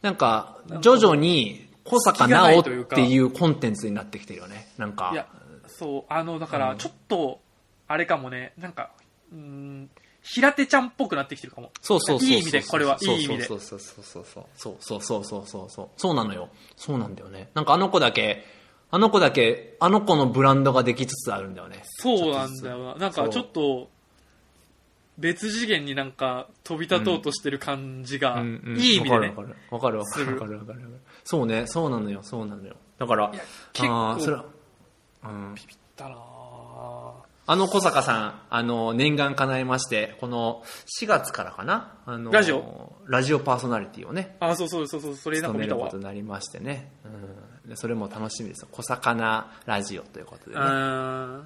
[SPEAKER 2] なんか、徐々に、小坂
[SPEAKER 1] 隙がな
[SPEAKER 2] 直
[SPEAKER 1] い
[SPEAKER 2] っ
[SPEAKER 1] というか
[SPEAKER 2] ていうコンテンツになってきてるよね。なんか。
[SPEAKER 1] いや、そう、あの、だか
[SPEAKER 2] う
[SPEAKER 1] ら、
[SPEAKER 2] ん
[SPEAKER 1] ちょっと、あれかもね、なんか、うーん、平手ちゃんっぽくなってきてるかも。
[SPEAKER 2] そうそうそうそ
[SPEAKER 1] い
[SPEAKER 2] う。
[SPEAKER 1] い意味でこれはいい意味で
[SPEAKER 2] そうそうそうそうそう。そうそうそうそうそうそう。そうなのよ。そうなんだよね。なんかあの子だけ、あの子だけ、あの子のブランドができつつあるんだよね。
[SPEAKER 1] そうなんだよな。なんか、ち
[SPEAKER 2] そ
[SPEAKER 1] ょ
[SPEAKER 2] う
[SPEAKER 1] っと、別次元になんか、飛び立とうとしてる感じが、
[SPEAKER 2] うんうん
[SPEAKER 1] いい意味でね
[SPEAKER 2] わ。かるわかるわか
[SPEAKER 1] す
[SPEAKER 2] る
[SPEAKER 1] る
[SPEAKER 2] わかるわかるわかるわかる。そうね、そうなのよ、そうなのよ。だから、
[SPEAKER 1] いや結構
[SPEAKER 2] あーそれは、うん。
[SPEAKER 1] だなぁ
[SPEAKER 2] あの小坂さん、あの、念願叶えまして、この4月からかな、あの、
[SPEAKER 1] ラジオ
[SPEAKER 2] ラジオパーソナリティをね、
[SPEAKER 1] あ、そうそうそうそう、それなんか
[SPEAKER 2] 務
[SPEAKER 1] 見
[SPEAKER 2] める
[SPEAKER 1] た
[SPEAKER 2] こ
[SPEAKER 1] わ
[SPEAKER 2] と。になりましてね、うんで、それも楽しみですよ小魚ラジオということでね、
[SPEAKER 1] あ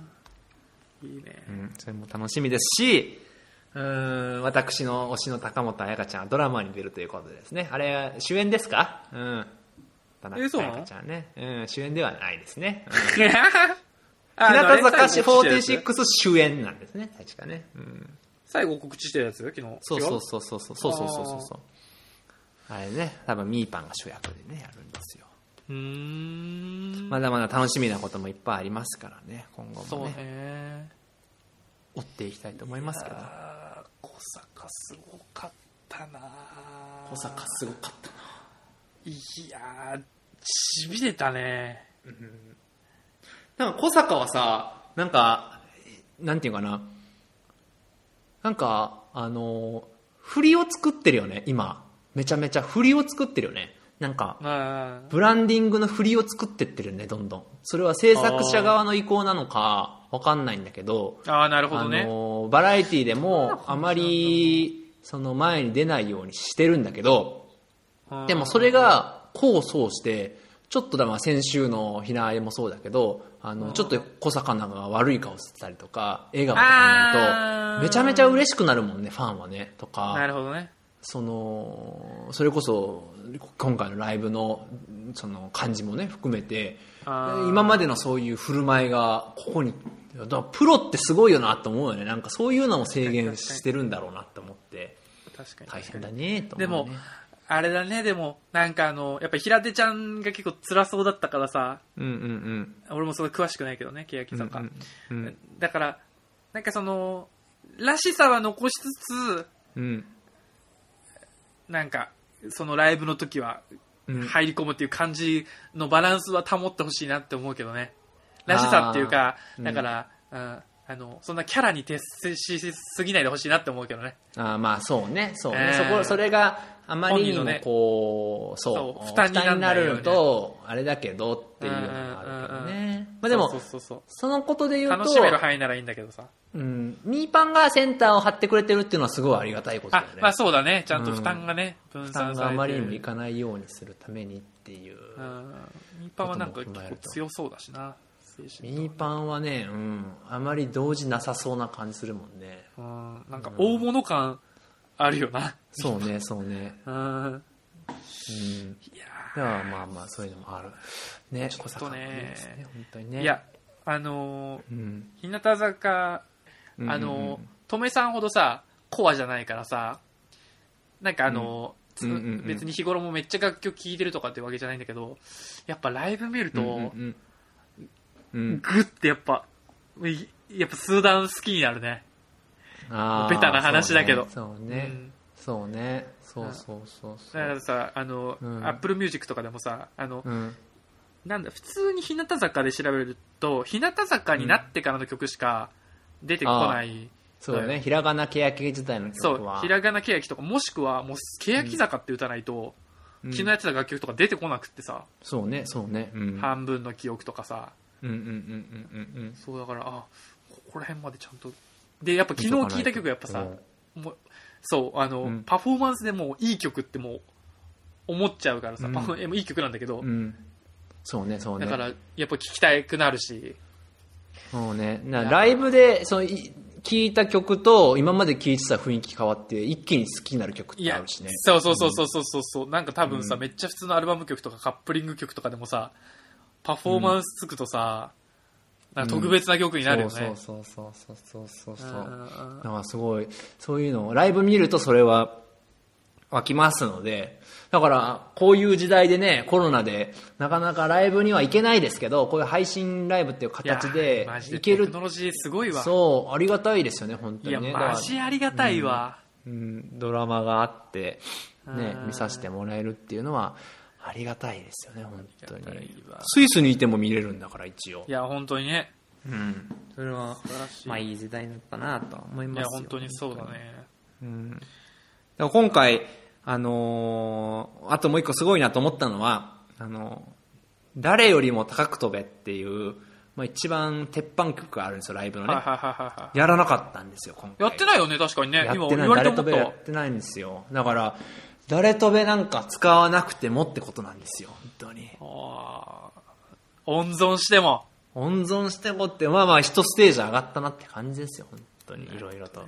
[SPEAKER 1] ーいいね。
[SPEAKER 2] うん、それも楽しみですしうん私の推しの高本彩香ちゃんはドラマに出るということでですねあれ主演ですかうん田中
[SPEAKER 1] えそうな
[SPEAKER 2] 彩
[SPEAKER 1] の
[SPEAKER 2] 香ちゃんね、うん、主演ではないですね、うん
[SPEAKER 1] あ
[SPEAKER 2] 日
[SPEAKER 1] だから
[SPEAKER 2] 向
[SPEAKER 1] ね
[SPEAKER 2] 坂
[SPEAKER 1] 最後告知したやつ
[SPEAKER 2] 46主演なんですね確かね、うん、
[SPEAKER 1] 最後告知してるやつ昨日。
[SPEAKER 2] そうそう
[SPEAKER 1] 違
[SPEAKER 2] そうそうそうそうそうそうそうあれね多分みーパンが主役でねやるんですよ
[SPEAKER 1] ううーん。
[SPEAKER 2] まだまだ楽しみなこともいっぱいありますからね今後
[SPEAKER 1] そう
[SPEAKER 2] もね
[SPEAKER 1] ね。
[SPEAKER 2] 追っていきたいと思いますけど
[SPEAKER 1] あー小坂すごかったなぁ
[SPEAKER 2] 小坂すごかったない
[SPEAKER 1] やー、しびれたね。
[SPEAKER 2] なんか小坂はさなんかなんていうかななんかあの振りを作ってるよね今めちゃめちゃ振りを作ってるよねなんか
[SPEAKER 1] あ
[SPEAKER 2] ブランディングの振りを作ってってるよねどんどんそれは制作者側の意向なのかわかんないんだけど
[SPEAKER 1] ーあー、なるほど
[SPEAKER 2] あ
[SPEAKER 1] ね。
[SPEAKER 2] のバラエティでもあまりその前に出ないようにしてるんだけど
[SPEAKER 1] うん
[SPEAKER 2] でもそれが功を奏して、ちょっとだから先週のひなあえもそうだけど、あの、ちょっと小魚が悪い顔してたりとか、笑顔とかになる
[SPEAKER 1] あ
[SPEAKER 2] と、
[SPEAKER 1] ー
[SPEAKER 2] めちゃめちゃ嬉しくなるもんね、ファンはね、と
[SPEAKER 1] な
[SPEAKER 2] か、
[SPEAKER 1] るほどね。
[SPEAKER 2] その、それこそ、今回のライブの、その感じもね、含めて、
[SPEAKER 1] あー
[SPEAKER 2] 今までのそういう振る舞いが、ここに、だからプロってすごいよなと思うよね。なんかそういうのも制限してるんだろうなと思って、
[SPEAKER 1] 確かに。
[SPEAKER 2] 大変だね、と思う、ね。
[SPEAKER 1] でも、あれだね、でも、なんかあの、やっぱ平手ちゃんが結構辛そうだったからさ、
[SPEAKER 2] うんうんうん。
[SPEAKER 1] 俺もそんな詳しくないけどね、欅坂。
[SPEAKER 2] うんうん
[SPEAKER 1] だから、なんかその、らしさは残しつつ、
[SPEAKER 2] うん
[SPEAKER 1] なんか、そのライブの時は
[SPEAKER 2] うん
[SPEAKER 1] 入り込むっていう感じのバランスは保ってほしいなって思うけどね。らしさっていうか、
[SPEAKER 2] あー
[SPEAKER 1] だから、うんあの、そんなキャラに徹しすぎないでほしいなって思うけどね。
[SPEAKER 2] あーまあそうねそうね、
[SPEAKER 1] えー
[SPEAKER 2] そこそれがあまりに
[SPEAKER 1] 本人の
[SPEAKER 2] も
[SPEAKER 1] ね
[SPEAKER 2] こうそう
[SPEAKER 1] そう負担になんないようにね
[SPEAKER 2] 負担にるとあれだけどっていうのがあるけどね、まあ、でも
[SPEAKER 1] そ
[SPEAKER 2] そう
[SPEAKER 1] そうそう
[SPEAKER 2] のことで
[SPEAKER 1] そう。
[SPEAKER 2] 言うと
[SPEAKER 1] 楽しめる範囲ならいいんだけどさ。
[SPEAKER 2] うん、ミーパンがセンターを張ってくれてるっていうのはすごいありがたいことだ
[SPEAKER 1] あ
[SPEAKER 2] よね、、
[SPEAKER 1] まあそうだね。ちゃんと負担がね、分
[SPEAKER 2] 負
[SPEAKER 1] 散
[SPEAKER 2] 担が
[SPEAKER 1] さ
[SPEAKER 2] あ
[SPEAKER 1] れ
[SPEAKER 2] ま
[SPEAKER 1] て
[SPEAKER 2] りにもい
[SPEAKER 1] る。
[SPEAKER 2] かないようにするためにっていう、
[SPEAKER 1] うん。ミーパンはなんか結
[SPEAKER 2] ことも踏まえ
[SPEAKER 1] 構
[SPEAKER 2] ると
[SPEAKER 1] 強そうだしな。精神
[SPEAKER 2] ミーパンはね、うん、あまり動じなさそうな感じするもんね
[SPEAKER 1] うん。なんか大物感あるよな。
[SPEAKER 2] そうねそうね
[SPEAKER 1] うん。
[SPEAKER 2] うん
[SPEAKER 1] いや
[SPEAKER 2] いやまあまあそういうのもあるね小坂もいいですね本当にね
[SPEAKER 1] ーいや、あのー、
[SPEAKER 2] うん
[SPEAKER 1] 日向坂、
[SPEAKER 2] うん
[SPEAKER 1] あ
[SPEAKER 2] うん
[SPEAKER 1] の、とめさんほどさ、コアじゃないからさ、なんかあの、つ
[SPEAKER 2] うんうんうん
[SPEAKER 1] 別に日頃もめっちゃ楽曲聴いてるとかってわけじゃないんだけど、やっぱライブ見る
[SPEAKER 2] う
[SPEAKER 1] と、
[SPEAKER 2] んうんうんうん
[SPEAKER 1] グッてやっぱ、いやっぱ数段好きになるね。
[SPEAKER 2] あー
[SPEAKER 1] ベタな話だけど
[SPEAKER 2] そうね
[SPEAKER 1] うん
[SPEAKER 2] そうねそうそうそうそ
[SPEAKER 1] だから
[SPEAKER 2] う
[SPEAKER 1] さ、あの、
[SPEAKER 2] うん
[SPEAKER 1] アップルミュージックとかでもさ、あの、
[SPEAKER 2] うん
[SPEAKER 1] なんだ、普通に日向坂で調べると、日向坂になってからの曲しか出てこない。
[SPEAKER 2] そうだねひらがなけやき時代の
[SPEAKER 1] そ
[SPEAKER 2] 曲
[SPEAKER 1] う
[SPEAKER 2] は、
[SPEAKER 1] ひらがなけやきとか、もしくは、もう、けやき坂って打たないと、
[SPEAKER 2] うん
[SPEAKER 1] 昨日やってた楽曲とか出てこなくってさ、
[SPEAKER 2] そうねそうねうん
[SPEAKER 1] 半分の記憶とかさ、
[SPEAKER 2] うんうんうんうんうんうん
[SPEAKER 1] そうだから、あ、ここら辺までちゃんと。で、やっぱ昨日聴いた曲やっぱさ、もうそう、あの、
[SPEAKER 2] うん
[SPEAKER 1] パフォーマンスでもういい曲ってもう、思っちゃうからさ、
[SPEAKER 2] うん
[SPEAKER 1] パフォーえもういい曲なんだけど、
[SPEAKER 2] うんそうねそうね
[SPEAKER 1] だから、やっぱ聴きたくなるし、
[SPEAKER 2] そうね。なライブで、その、い聴いた曲と、今まで聴いてた雰囲気変わって、一気に好きになる曲っ
[SPEAKER 1] い
[SPEAKER 2] てあ
[SPEAKER 1] や、
[SPEAKER 2] るしね。
[SPEAKER 1] そうそうそうそうそうそうそう、なんか多分さ、
[SPEAKER 2] うん
[SPEAKER 1] めっちゃ普通のアルバム曲とかカップリング曲とかでもさ、パフォーマンスつくとさ、なんか特別な曲になるよね。
[SPEAKER 2] そうそうそうそうそうそうそう。
[SPEAKER 1] うんうんうん
[SPEAKER 2] なんかすごい、そういうのを、ライブ見るとそれは湧きますので、だから、こういう時代でね、コロナで、なかなかライブには行けないですけど、こういう配信ライブっていう形
[SPEAKER 1] いや
[SPEAKER 2] で
[SPEAKER 1] マジ、で
[SPEAKER 2] 行け
[SPEAKER 1] テ
[SPEAKER 2] る
[SPEAKER 1] クノロジーすごいわ。
[SPEAKER 2] そう、ありがたいですよね、本当
[SPEAKER 1] い
[SPEAKER 2] に
[SPEAKER 1] や、
[SPEAKER 2] ね。
[SPEAKER 1] マジありがたいわ。
[SPEAKER 2] うん、ドラマがあって、ね
[SPEAKER 1] う、ん
[SPEAKER 2] 見させてもらえるっていうのは、ありがたいですよね、本当に
[SPEAKER 1] ありがたいわ。
[SPEAKER 2] スイスにいても見れるんだから、一応
[SPEAKER 1] い。や、本当にね。
[SPEAKER 2] うん。それは、
[SPEAKER 1] 素晴らしい。
[SPEAKER 2] まあいい時代になったなとは思い
[SPEAKER 1] い
[SPEAKER 2] ます
[SPEAKER 1] や、
[SPEAKER 2] よ。
[SPEAKER 1] 本当にそうだね。
[SPEAKER 2] うん。だから今回、あのーあともう一個すごいなと思ったのは、あのー誰よりも高く飛べっていう、まあ一番鉄板曲があるんですよ、ライブの
[SPEAKER 1] はい
[SPEAKER 2] ね。
[SPEAKER 1] はいはいはいはい。
[SPEAKER 2] やらなかったんですよ、今回。
[SPEAKER 1] やってないよね、確かにね。
[SPEAKER 2] や
[SPEAKER 1] 今
[SPEAKER 2] ってな
[SPEAKER 1] 言
[SPEAKER 2] い、
[SPEAKER 1] われて思
[SPEAKER 2] 誰飛
[SPEAKER 1] った
[SPEAKER 2] べやってないんですよ。だから、誰飛べなんか使わなくてもってことなんですよ、本当に。
[SPEAKER 1] わ。あー温存しても。
[SPEAKER 2] 温存してもって、まあまあ一ステージ上がったなって感じですよ、本当に。いろいろと。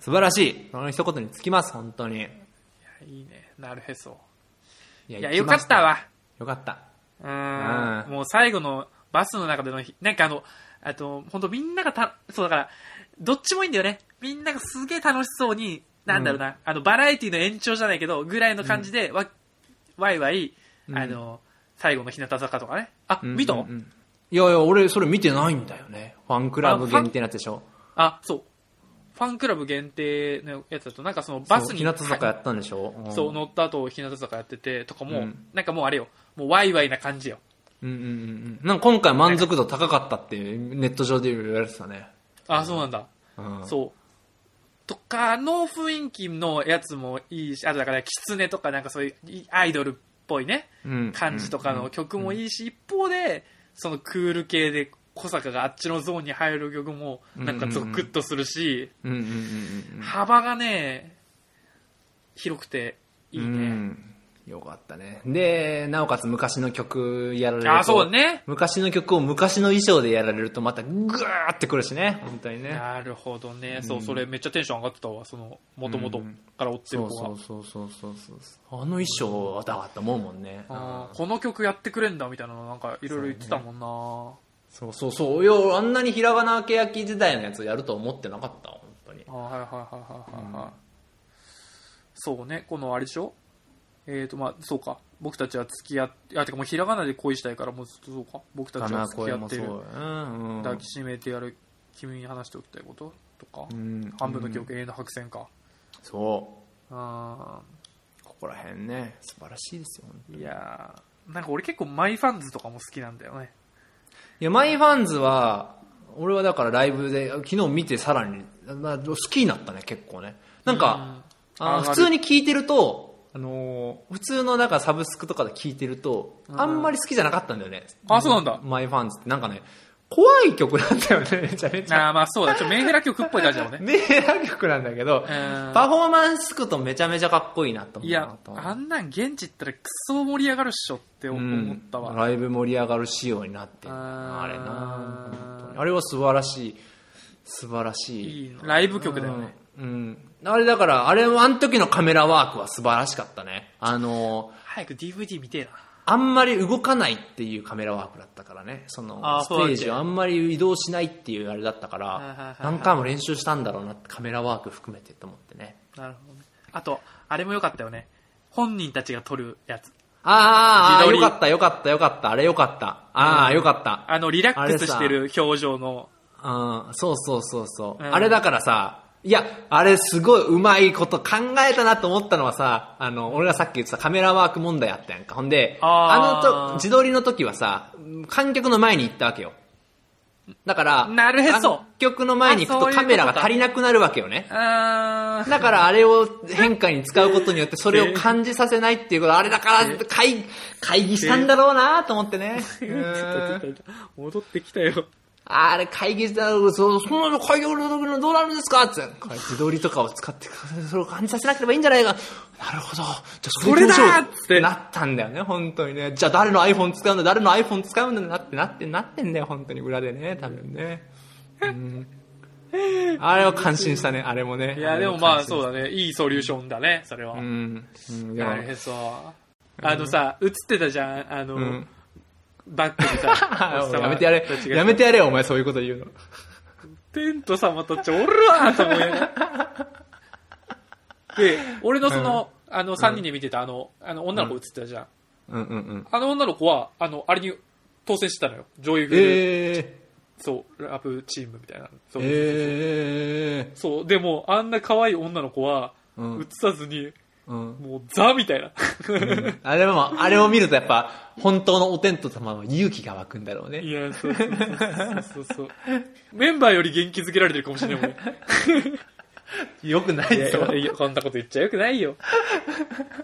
[SPEAKER 2] 素晴らしい。その一言につきます、本当に。
[SPEAKER 1] いやいいね。なるへそ。い
[SPEAKER 2] い
[SPEAKER 1] や、
[SPEAKER 2] 行き
[SPEAKER 1] よか
[SPEAKER 2] ま
[SPEAKER 1] っ
[SPEAKER 2] した
[SPEAKER 1] わ。
[SPEAKER 2] よかった。
[SPEAKER 1] うー
[SPEAKER 2] うんん
[SPEAKER 1] もう最後のバスの中でのひ、なんかあの、あと、本当みんながた、そうだから、どっちもいいんだよね。みんながすげえ楽しそうに、なんだろうな、あの、バラエティの延長じゃないけど、ぐらいの感じで、わ、わいわい、
[SPEAKER 2] うん
[SPEAKER 1] あの、最後の日向坂とかね。あ、
[SPEAKER 2] うん
[SPEAKER 1] 見た、
[SPEAKER 2] うんうんいやいや、俺、それ見てないんだよね。ファンクラブ限定なやつでしょ。
[SPEAKER 1] あ、そう。ファンクラブ限定のやつだと、なんかそのバス
[SPEAKER 2] そう
[SPEAKER 1] に、
[SPEAKER 2] 日向坂やったんでしょ。ん
[SPEAKER 1] そう、乗った後、日向坂やってて、とかも、
[SPEAKER 2] うん
[SPEAKER 1] なんかもうあれよ、もうワイワイな感じよ。
[SPEAKER 2] うんうんうんうん。なんか今回満足度高かったってネット上で言われてたね。
[SPEAKER 1] あ、そうなんだ。
[SPEAKER 2] うん。
[SPEAKER 1] そう。とかの雰囲気のやつもいいし、あとだから、キツネとかなんかそういういアイドルっぽいね、
[SPEAKER 2] うん
[SPEAKER 1] 感じとかの曲もいいし、一方で、そのクール系で小坂があっちのゾーンに入る曲も、なんかゾクッとするし、
[SPEAKER 2] うんうんうん
[SPEAKER 1] 幅がね、広くていい
[SPEAKER 2] うんうん。う
[SPEAKER 1] ね。
[SPEAKER 2] んよかったね。で、なおかつ昔の曲やられると。
[SPEAKER 1] あ、そうだ。ね。
[SPEAKER 2] 昔の曲を昔の衣装でやられるとまたグーってくるしね。本当にね。
[SPEAKER 1] なるほどね。そう、それめっちゃテンション上がってたわ、その、もともとから追ってる
[SPEAKER 2] そ
[SPEAKER 1] 子
[SPEAKER 2] う
[SPEAKER 1] が。
[SPEAKER 2] そうそうそうそうそう。あの衣装はだわって思うもんね。
[SPEAKER 1] あーこの曲やってくれんだみたいなのなんかいろいろ言ってたもんな、
[SPEAKER 2] そうそうそう。いや、あんなにひらがなけやき時代のやつやると思ってなかった、本当に
[SPEAKER 1] あ。はいはいはいはいはいはい、そうねこのあれでしょえっ、ー、とまあそうか僕たちは付き合ってあてかもうひらがなで恋したいからもうずっとそうか僕たちは付き合ってる
[SPEAKER 2] う。うん、うん。
[SPEAKER 1] 抱きしめてやる君に話しておきたいこととか、
[SPEAKER 2] うん
[SPEAKER 1] 半分の記憶、永遠の白線か
[SPEAKER 2] そう。
[SPEAKER 1] あ
[SPEAKER 2] ここら辺ね、素晴らしいですよ、本当
[SPEAKER 1] ー
[SPEAKER 2] に
[SPEAKER 1] いやーなんか俺結構マイファンズとかも好きなんだよね
[SPEAKER 2] いや、マイファンズは、俺はだからライブで、昨日見てさらに、まあ、好きになったね、結構ね。なんか、
[SPEAKER 1] うん
[SPEAKER 2] あ
[SPEAKER 1] 上がる
[SPEAKER 2] 普通に聞いてると、あのー普通のなんかサブスクとかで聞いてると、
[SPEAKER 1] ん
[SPEAKER 2] あんまり好きじゃなかったんだよね。
[SPEAKER 1] あそうなんだ
[SPEAKER 2] マイファンズってなんかね、怖い曲なんだよね、め ちゃめちゃ。
[SPEAKER 1] ああまあそうだちょっとメンヘラ曲っぽい感じだもん ね
[SPEAKER 2] メーラー曲なんだけど、
[SPEAKER 1] うん
[SPEAKER 2] パフォーマンスつくとめちゃめちゃかっこいいなと思
[SPEAKER 1] いう
[SPEAKER 2] な
[SPEAKER 1] や
[SPEAKER 2] と思う
[SPEAKER 1] あんなん現地行ったらクソ盛り上がるっしょって
[SPEAKER 2] う
[SPEAKER 1] 思
[SPEAKER 2] ん
[SPEAKER 1] ったわ、
[SPEAKER 2] ライブ盛り上がる仕様になってる
[SPEAKER 1] あー
[SPEAKER 2] あれな本当にあれは素晴らしい素晴らしい
[SPEAKER 1] いいライブ曲だよね、
[SPEAKER 2] うん、うんあれだからあれあの時のカメラワークは素晴らしかったねあの
[SPEAKER 1] 早く DVD 見てえな
[SPEAKER 2] あんまり動かないっていうカメラワークだったからねその
[SPEAKER 1] あー
[SPEAKER 2] ステージをあんまり移動しないっていうあれだったから
[SPEAKER 1] うんうんうんうん
[SPEAKER 2] 何回も練習したんだろうなってカメラワーク含めてと思ってね
[SPEAKER 1] なるほどねあとあれも良かったよね本人たちが撮るやつ
[SPEAKER 2] あーあーあー、
[SPEAKER 1] 自
[SPEAKER 2] よ
[SPEAKER 1] 撮り
[SPEAKER 2] かったよかったよかった。あれよかった。ああ、よかった。
[SPEAKER 1] あのリラックスしてる表情の
[SPEAKER 2] うん、そうそうそうそう。
[SPEAKER 1] うん
[SPEAKER 2] あれだからさ、いや、あれすごいうまいこと考えたなと思ったのはさ、あの、俺がさっき言ってたカメラワーク問題あったやんか。ほんで、
[SPEAKER 1] あ
[SPEAKER 2] あ
[SPEAKER 1] ー
[SPEAKER 2] のと、自撮りの時はさ、観客の前に行ったわけよ。だから、
[SPEAKER 1] なるへそ
[SPEAKER 2] 観客の前に行く
[SPEAKER 1] あそう
[SPEAKER 2] と
[SPEAKER 1] いうこ
[SPEAKER 2] カ
[SPEAKER 1] とか
[SPEAKER 2] メラが足りなくなるわけよね。
[SPEAKER 1] あ ー
[SPEAKER 2] だからあれを変化に使うことによってそれ を感じさせないっていうこと、あれだから会会議したんだろうなと思っ てね。うん
[SPEAKER 1] 戻ってきた よ
[SPEAKER 2] あれ会議したら、そそんなの会議の時のどうなるんですかって。自撮りとかを使って、それを感じさせなければいいんじゃないか。なるほど。じゃあそれでいきましょ
[SPEAKER 1] そ
[SPEAKER 2] う
[SPEAKER 1] れだっつって
[SPEAKER 2] なったんだよね、本当にね。じゃあ誰の iPhone 使うんだ、誰の iPhone 使うんだなってなって、なってんだよ、本当に裏でね、多分ね。うん、あれは感心したね、あれもね。
[SPEAKER 1] いやでもまあ
[SPEAKER 2] う
[SPEAKER 1] そうだねいいソリューションだねそれは、
[SPEAKER 2] うん。うん、でも
[SPEAKER 1] なるへそあのさ映ってたじゃんあの、
[SPEAKER 2] うん
[SPEAKER 1] バックで さおじさま
[SPEAKER 2] やめてやれ
[SPEAKER 1] たち。が
[SPEAKER 2] やめてやれよ、お前そういうこと言うの。
[SPEAKER 1] テント様たちおるわーと思いながらで、俺のその、あの、3人で見てたあの、あの、女の子映ってたじゃん。
[SPEAKER 2] うんうんうん。
[SPEAKER 1] あの女の子は、あの、あれに当選してたのよ。女優風で、
[SPEAKER 2] え
[SPEAKER 1] そう、ラブチームみたいな。そ
[SPEAKER 2] ー、
[SPEAKER 1] う、
[SPEAKER 2] え
[SPEAKER 1] そうでも、あんな可愛い女の子は、
[SPEAKER 2] ー、うん
[SPEAKER 1] 映さずに、
[SPEAKER 2] うん。
[SPEAKER 1] もう、ザみたいな。
[SPEAKER 2] あれも、あれを見るとやっぱ、本当のお天道様は勇気が湧くんだろうね
[SPEAKER 1] い。や、そうそうそうそうそうそう。メンバーより元気づけられてるかもしれないもん。
[SPEAKER 2] よくない
[SPEAKER 1] いや
[SPEAKER 2] で
[SPEAKER 1] い
[SPEAKER 2] すよ
[SPEAKER 1] や。いやこんなこと言っちゃよくないよ。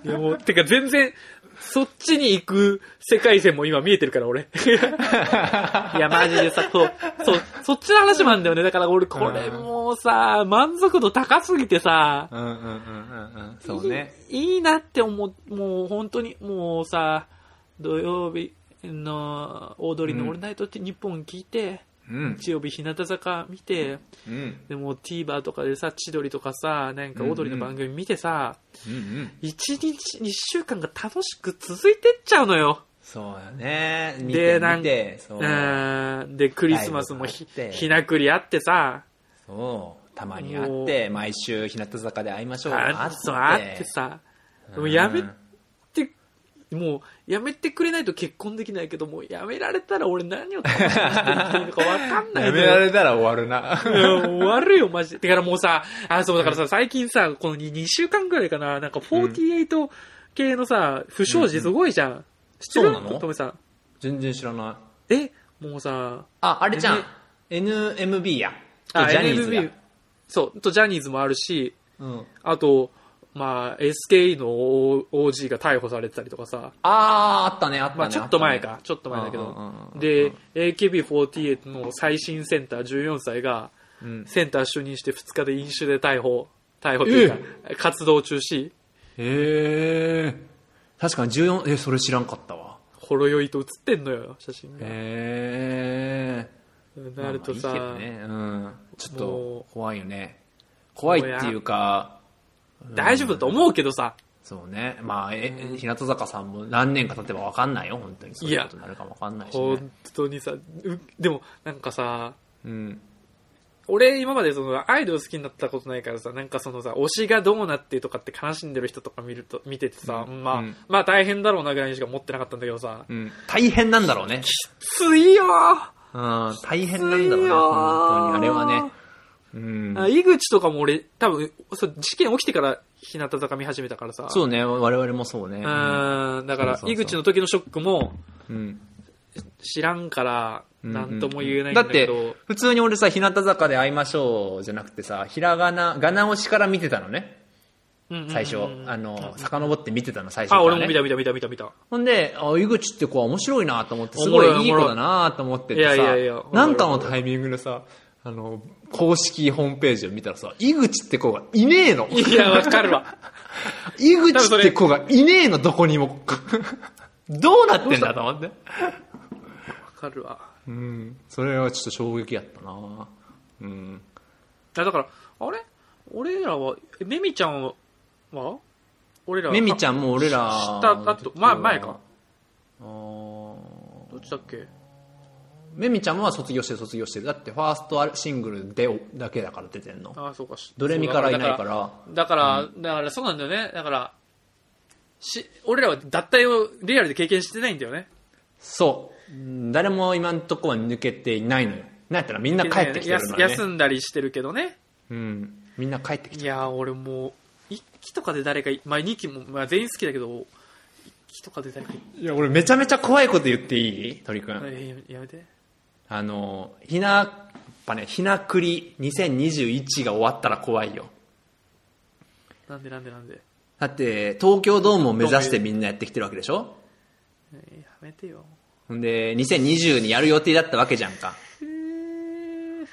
[SPEAKER 1] いやもう、てか全然、そっちに行く世界線も今見えてるから、俺。 いや、マジでさ、そう、そう、そっちの話もあんだよね。だから俺、これもうさ、満足度高すぎてさ、
[SPEAKER 2] うんうんうんうんうん。そうね。
[SPEAKER 1] いいいなって思う、もう本当に、もうさ、土曜日の大通りのオールナイトって日本聞いて、
[SPEAKER 2] うん。
[SPEAKER 1] 日曜日日向坂見て、
[SPEAKER 2] うん。うん
[SPEAKER 1] でもう TVer とかでさ、千鳥とかさ、なんかオードリーの番組見てさ、
[SPEAKER 2] うん。
[SPEAKER 1] 一日、一週間が楽しく続いてっちゃうのよ。
[SPEAKER 2] そうだね。見
[SPEAKER 1] で
[SPEAKER 2] て、
[SPEAKER 1] なん
[SPEAKER 2] 見て、そう
[SPEAKER 1] う。ーん。で、クリスマスもひ
[SPEAKER 2] ライブがあって
[SPEAKER 1] ひなくりあってさ、
[SPEAKER 2] そう。たまに会って、毎週、日向坂で会いましょう。
[SPEAKER 1] あそうあって。さ、もうやめて、もうやめてくれないと結婚できないけど、もうやめられたら俺何を楽しみにして生きてるのかわかんない
[SPEAKER 2] や
[SPEAKER 1] の
[SPEAKER 2] め
[SPEAKER 1] よ
[SPEAKER 2] られたら終わるな。
[SPEAKER 1] いやもう悪いよ、マジで。だからもうさ、あ、そう、だからさ、最近さ、この 2, 2週間ぐらいかな、なんか48系のさ、不祥事すごいじゃん。知ってる
[SPEAKER 2] そうなの
[SPEAKER 1] トメさん。
[SPEAKER 2] 全然知らない。
[SPEAKER 1] え、もうさ、
[SPEAKER 2] あ、あれじゃん。NMB や。
[SPEAKER 1] あ
[SPEAKER 2] ジャニーズ
[SPEAKER 1] NMB
[SPEAKER 2] や。
[SPEAKER 1] そう、とジャニーズもあるし、
[SPEAKER 2] うん。
[SPEAKER 1] あと、まあ、SKE の OG が逮捕されてたりとかさ、
[SPEAKER 2] あー、あったね、あったね。
[SPEAKER 1] まあ、ちょっと前
[SPEAKER 2] あ
[SPEAKER 1] か、ちょっと前だけ
[SPEAKER 2] うんうんうん
[SPEAKER 1] ど
[SPEAKER 2] う。ん
[SPEAKER 1] で、AKB48 の最新センター14歳が、
[SPEAKER 2] ったね。うん。
[SPEAKER 1] センター就任して2日で飲酒で逮捕、逮捕というか、活動中止、
[SPEAKER 2] へえ。確かに14、え、それ知らんかったわ。
[SPEAKER 1] ほろ酔いと写ってんのよ、写真が。
[SPEAKER 2] へえ。
[SPEAKER 1] なるとさ、
[SPEAKER 2] まあまあいいけどね、うん。ちょっ
[SPEAKER 1] も
[SPEAKER 2] と、怖いよね。怖いっていうか、
[SPEAKER 1] 大丈夫だと思うけどさ、
[SPEAKER 2] そうね。まあ、え、日向坂さんも何年か経てば分かんないよ、本当に。そういうことになるかも分かんないし、ね
[SPEAKER 1] 本。当にさ、うでも、なんかさ、
[SPEAKER 2] うん。
[SPEAKER 1] 俺今までそのアイドル好きになったことないからさなんかそのさ推しがどうなってとかって悲しんでる人とか見ると見ててさ、
[SPEAKER 2] うん
[SPEAKER 1] まあ、
[SPEAKER 2] うん
[SPEAKER 1] まあ大変だろうなぐらいにしか思ってなかったんだけどさ
[SPEAKER 2] うん。大変なんだろうね。
[SPEAKER 1] ついよー
[SPEAKER 2] うん。大変なんだろう
[SPEAKER 1] きつい
[SPEAKER 2] ね。
[SPEAKER 1] よ
[SPEAKER 2] 本当に。あれはね。うん。
[SPEAKER 1] あ井口とかも俺多分そう事件起きてから日向坂見始めたからさ
[SPEAKER 2] そうね。我々もそう
[SPEAKER 1] う
[SPEAKER 2] ね。
[SPEAKER 1] ーんだから
[SPEAKER 2] そうそうそう
[SPEAKER 1] 井口の時のショックも
[SPEAKER 2] うん。
[SPEAKER 1] 知らんから
[SPEAKER 2] うん
[SPEAKER 1] 何とも言えないんだけど、
[SPEAKER 2] だって、普通に俺さ、日向坂で会いましょうじゃなくてさ、ひらがな、がな推しから見てたのね。
[SPEAKER 1] うんうんうん
[SPEAKER 2] 最初。あの、遡って見てたの、最初から、
[SPEAKER 1] あ
[SPEAKER 2] ね。
[SPEAKER 1] 俺も見た見た見た見た見た
[SPEAKER 2] ほんで、あ、井口って子は面白いなと思って、
[SPEAKER 1] お
[SPEAKER 2] す
[SPEAKER 1] も
[SPEAKER 2] ご
[SPEAKER 1] ろい
[SPEAKER 2] いいい
[SPEAKER 1] おもろい
[SPEAKER 2] 子だなと思ってて
[SPEAKER 1] いや
[SPEAKER 2] さ、
[SPEAKER 1] いやいや
[SPEAKER 2] なんかのタイミングでさ、あの、公式ホームページを見たらさ、井口って子がいねえの
[SPEAKER 1] いやわかるわ
[SPEAKER 2] 井
[SPEAKER 1] 多分そ
[SPEAKER 2] 口っ
[SPEAKER 1] れ
[SPEAKER 2] て子がいねえの、どこ にも。どうなってんだと思って。
[SPEAKER 1] わかるわ
[SPEAKER 2] うん。それはちょっと衝撃やったなうん。
[SPEAKER 1] いやだから、あれ俺らは、えメミちゃんは、俺ら
[SPEAKER 2] めみち
[SPEAKER 1] ゃん。
[SPEAKER 2] ゃんも俺ら。
[SPEAKER 1] した後ま前か。
[SPEAKER 2] あー
[SPEAKER 1] どっちだっけ
[SPEAKER 2] めみちゃんは卒業してる卒業してる。だってファーストアルシングルでだけだから出てんの。
[SPEAKER 1] ああ、そうか。し
[SPEAKER 2] ドレミからいないか。ら。
[SPEAKER 1] だから、だから、だからそうなんだよね。だから、し、俺らは脱退をリアルで経験してないんだよね。
[SPEAKER 2] そううん。誰も今んとこは抜けていないのよ。なんやったらみんな帰ってきてるの
[SPEAKER 1] や
[SPEAKER 2] ね。
[SPEAKER 1] 休んだりしてるけどね。
[SPEAKER 2] うん。みんな帰ってきて
[SPEAKER 1] いやー、俺もう、1期とかで誰か、まあ2期も、まあ全員好きだけど、1期とかで誰か、
[SPEAKER 2] いや、俺めちゃめちゃ怖いこと言っていい鳥くん。
[SPEAKER 1] えーやめて。
[SPEAKER 2] あの、ひな、やっぱね、ひなくり2021が終わったら怖いよ。
[SPEAKER 1] なんでなんでなんで。
[SPEAKER 2] だって、東京ドームを目指してみんなやってきてるわけでしょ
[SPEAKER 1] えーやめてよ。
[SPEAKER 2] ほんで、2020にやる予定だったわけじゃんか。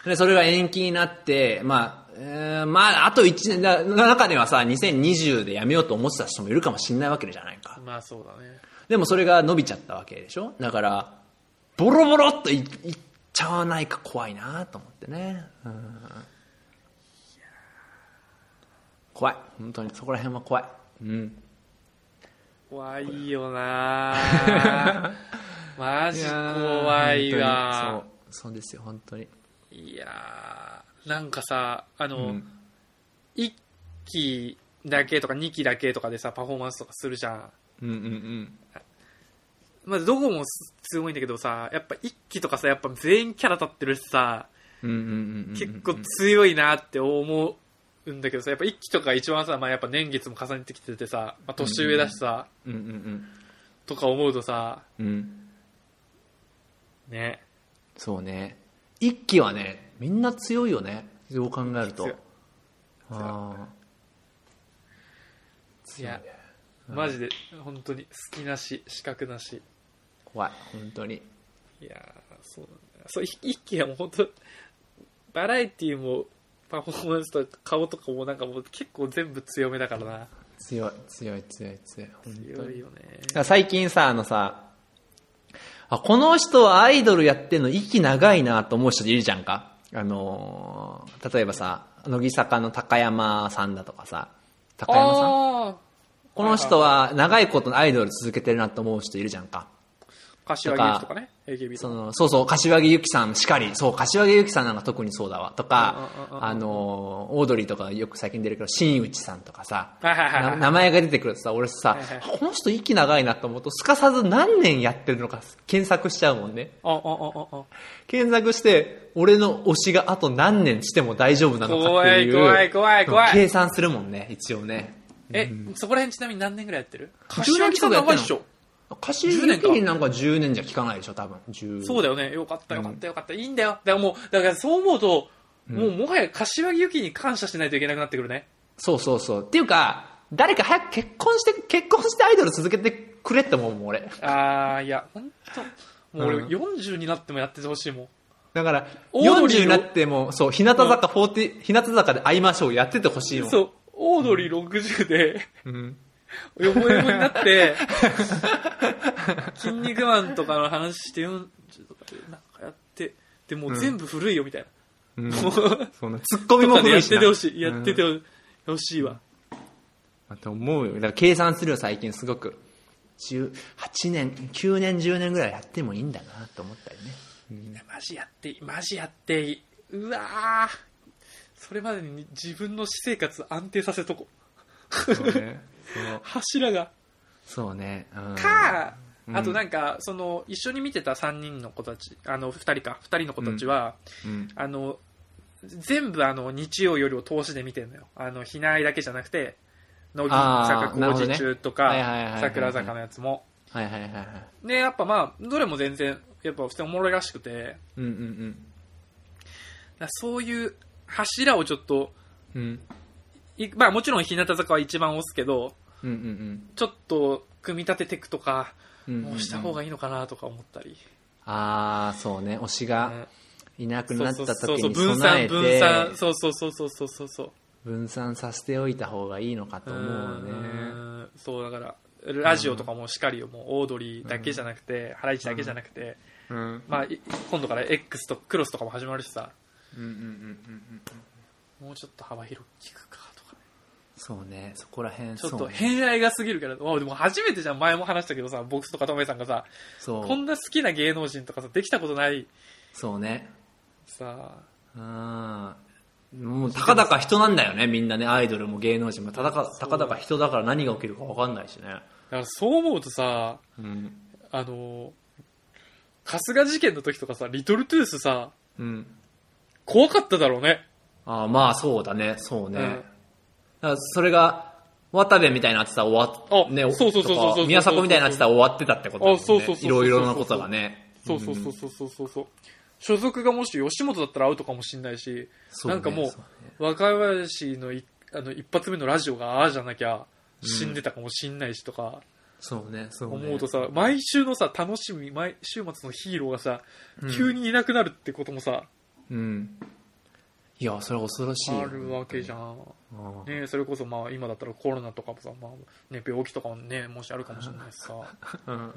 [SPEAKER 2] で、それが延期になって、まあ、えーまあ、あと1年だ、中ではさ、2020でやめようと思ってた人もいるかもしれないわけじゃないか。
[SPEAKER 1] まあそうだね。
[SPEAKER 2] でもそれが伸びちゃったわけでしょだから、ボロボロっといいっちゃわないか怖いなと思ってね。うん怖い。本当にそこら辺は怖い。うん。
[SPEAKER 1] 怖いよなぁ マジ怖いわ
[SPEAKER 2] そう。そうですよ、本当に。
[SPEAKER 1] いやーなんかさあの、
[SPEAKER 2] うん
[SPEAKER 1] 一期だけとか2期だけとかでさ、パフォーマンスとかするじゃん。
[SPEAKER 2] うんうんうん。
[SPEAKER 1] まあ、どこもすすごいんだけどさ、やっぱ1期とかさ、やっぱ全員キャラ立ってるしさ、
[SPEAKER 2] うんうんうんうん。
[SPEAKER 1] 結構強いなって思うんだけどさ、やっぱ1期とか一番さ、まあ、やっぱ年月も重ねてきててさ、まあ、年上だしさ、
[SPEAKER 2] うんうん
[SPEAKER 1] とか思うとさ、
[SPEAKER 2] うん。うん。
[SPEAKER 1] ね。
[SPEAKER 2] そうね。一期はね、みんな強いよね。そう考えると
[SPEAKER 1] 強い。
[SPEAKER 2] ああ。
[SPEAKER 1] いや、マジで、本当に好きなし、資格なし。
[SPEAKER 2] 怖い、本当に。
[SPEAKER 1] いやーそうなんだそう、い一気はもう本当バラエティーも、パフォーマンスとか顔とかもなんかもう結構全部強めだからな。
[SPEAKER 2] 強い、強い、強い、強い。本当
[SPEAKER 1] 強
[SPEAKER 2] に。
[SPEAKER 1] いよね。
[SPEAKER 2] だから最近さ、あのさ、あ、この人はアイドルやってんの息長いなと思う人いるじゃんか。あのー例えばさ、乃木坂の高山さんだとかさ、高山さん
[SPEAKER 1] あ
[SPEAKER 2] この人は長いことアイドル続けてるなと思う人いるじゃんか。
[SPEAKER 1] あ、柏木由紀とかね、AKB
[SPEAKER 2] そ
[SPEAKER 1] とか。
[SPEAKER 2] の、そうそう、柏木由紀さんしかり、そう、柏木由紀さんなんか特にそうだわ、とか
[SPEAKER 1] うんうんうんう、ん
[SPEAKER 2] あのー、オードリーとかよく最近出るけど、新内さんとかさ、
[SPEAKER 1] はいはいはい はい
[SPEAKER 2] な名前が出てくるとさ、俺さ
[SPEAKER 1] はいはい、
[SPEAKER 2] この人息長いなと思うと、すかさず何年やってるのか検索しちゃうもんね。
[SPEAKER 1] あ、あ、あ、あ、あ。
[SPEAKER 2] 検索して、俺の推しがあと何年しても大丈夫なのかっていう。
[SPEAKER 1] 怖い怖い怖い怖い
[SPEAKER 2] 計算するもんね、一応ね。
[SPEAKER 1] え、そこら辺ちなみに何年ぐらいやってる
[SPEAKER 2] 10
[SPEAKER 1] 柏木さん長いっし
[SPEAKER 2] や
[SPEAKER 1] ょ。
[SPEAKER 2] 柏木由紀なんか10年じゃ聞かないでしょ、多分。10
[SPEAKER 1] そうだよね。よかったよかったよかった。いいんだよ。だからもう、だからそう思うと、もうもはや柏木由紀に感謝しないといけなくなってくるね。
[SPEAKER 2] そうそうそう。っていうか、誰か早く結婚して、結婚してアイドル続けてくれって思うもん、俺。
[SPEAKER 1] あー、いや、ほんと、もう俺
[SPEAKER 2] うん
[SPEAKER 1] 40になってもやっててほしいもん。
[SPEAKER 2] だから、
[SPEAKER 1] オードリーを
[SPEAKER 2] 40になっても、そう、日向坂40、日向坂で会いましょうやっててほしいもん。
[SPEAKER 1] そう、オードリー60で、
[SPEAKER 2] うん。
[SPEAKER 1] よぼよぼにな って、筋肉マンとかの話して40とかでなんかやって、でもう全部古いよみたい
[SPEAKER 2] うん
[SPEAKER 1] な。もう、
[SPEAKER 2] そんな、ツッコミ
[SPEAKER 1] と
[SPEAKER 2] も
[SPEAKER 1] かで
[SPEAKER 2] 古
[SPEAKER 1] や
[SPEAKER 2] い
[SPEAKER 1] っ
[SPEAKER 2] してな。
[SPEAKER 1] てほしい。や
[SPEAKER 2] うん
[SPEAKER 1] っててほしいわ。
[SPEAKER 2] まあと思うよ。だから計算するよ、最近すごく。18年、9年、10年ぐらいやってもいいんだなと思ったよね。
[SPEAKER 1] みんなマジやっていい。マジやっていい。うわー。それまでに自分の私生活安定させとこう。
[SPEAKER 2] そうね。
[SPEAKER 1] 柱が。
[SPEAKER 2] そうね。うん
[SPEAKER 1] か、
[SPEAKER 2] うん
[SPEAKER 1] あとなんか、その、一緒に見てた3人の子たち、あの、2人か、2人の子たちは、
[SPEAKER 2] うん
[SPEAKER 1] あの、全部あの、日曜夜を通しで見てるのよ。あの、ひないだけじゃなくて、乃木
[SPEAKER 2] あ
[SPEAKER 1] 坂
[SPEAKER 2] ーなるほ
[SPEAKER 1] 工
[SPEAKER 2] どね
[SPEAKER 1] 事中と
[SPEAKER 2] はいはいはいはいは
[SPEAKER 1] か、
[SPEAKER 2] い
[SPEAKER 1] 桜坂のやつも。
[SPEAKER 2] はいはいはいはい。
[SPEAKER 1] で、やっぱまあ、どれも全然、やっぱ普通におもろいらしくて、
[SPEAKER 2] うんうん
[SPEAKER 1] だそういう柱をちょっと、
[SPEAKER 2] うん。うん。
[SPEAKER 1] いまあもちろん日向坂は一番押すけど、
[SPEAKER 2] うんうん
[SPEAKER 1] ちょっと組み立てていくとか、
[SPEAKER 2] うんうんうん。
[SPEAKER 1] もうした方がいいのかなとか思ったり。
[SPEAKER 2] ああそうね推しが
[SPEAKER 1] うん
[SPEAKER 2] いなく
[SPEAKER 1] そ
[SPEAKER 2] な
[SPEAKER 1] う
[SPEAKER 2] っ
[SPEAKER 1] そう
[SPEAKER 2] た
[SPEAKER 1] そう
[SPEAKER 2] 時
[SPEAKER 1] そう
[SPEAKER 2] に
[SPEAKER 1] 分
[SPEAKER 2] 備
[SPEAKER 1] 散
[SPEAKER 2] えて
[SPEAKER 1] 分散そうそうそうそうそうそうそう
[SPEAKER 2] 分散させておいた方がいいのか
[SPEAKER 1] う
[SPEAKER 2] と思うね
[SPEAKER 1] ーんそうだからラジオとかもしかりよもうオードリーだけじゃなくて、ハライチだけじゃなくて、
[SPEAKER 2] うんうん
[SPEAKER 1] まあい今度から X とクロスとかも始まるしさ
[SPEAKER 2] うんうんうん
[SPEAKER 1] もうちょっと幅広く聞くかとかね
[SPEAKER 2] そうねそこら辺
[SPEAKER 1] ちょっ
[SPEAKER 2] そ
[SPEAKER 1] と
[SPEAKER 2] うね
[SPEAKER 1] 偏愛が過ぎるから、わあでも初めてじゃん前も話したけどさ僕とかトメさんがさ
[SPEAKER 2] そう
[SPEAKER 1] こんな好きな芸能人とかさできたことない
[SPEAKER 2] そうね
[SPEAKER 1] さ
[SPEAKER 2] うんもうたかだか人なんだよねみんなねアイドルも芸能人もただかたかだか人だから何が起きるか分かんないしね
[SPEAKER 1] だからそう思うとさ
[SPEAKER 2] うん
[SPEAKER 1] あの春日事件の時とかさリトルトゥースさ
[SPEAKER 2] うん
[SPEAKER 1] 怖かっただろうね
[SPEAKER 2] ああまあそうだねそうね、
[SPEAKER 1] うん
[SPEAKER 2] だからそれが渡部みたいになってたら終わ
[SPEAKER 1] あ
[SPEAKER 2] っね
[SPEAKER 1] そうそうそうそうそう
[SPEAKER 2] とか宮迫みたいになってたら終わってたってことだもんね
[SPEAKER 1] あそうそうそうそう
[SPEAKER 2] いろいろなことがね
[SPEAKER 1] そうそうそうそうそうそうそう所属がもし吉本だったらアウトかもしれないし、
[SPEAKER 2] そうね
[SPEAKER 1] なんかも
[SPEAKER 2] そう
[SPEAKER 1] う、若林のいあの一発目のラジオがああじゃなきゃ死んでたかもしんないしとか
[SPEAKER 2] そうねそうね
[SPEAKER 1] 思うとさ、毎週のさ、楽しみ、毎週末のヒーローがさ、急にいなくなるってこともさ、
[SPEAKER 2] うんいやそれは恐ろしいよ
[SPEAKER 1] あるわけじゃん。
[SPEAKER 2] うん
[SPEAKER 1] ねそれこそまあ今だったらコロナとかもさ、まあね、病気とかもね、もしあるかもしれないしさ、
[SPEAKER 2] うんうん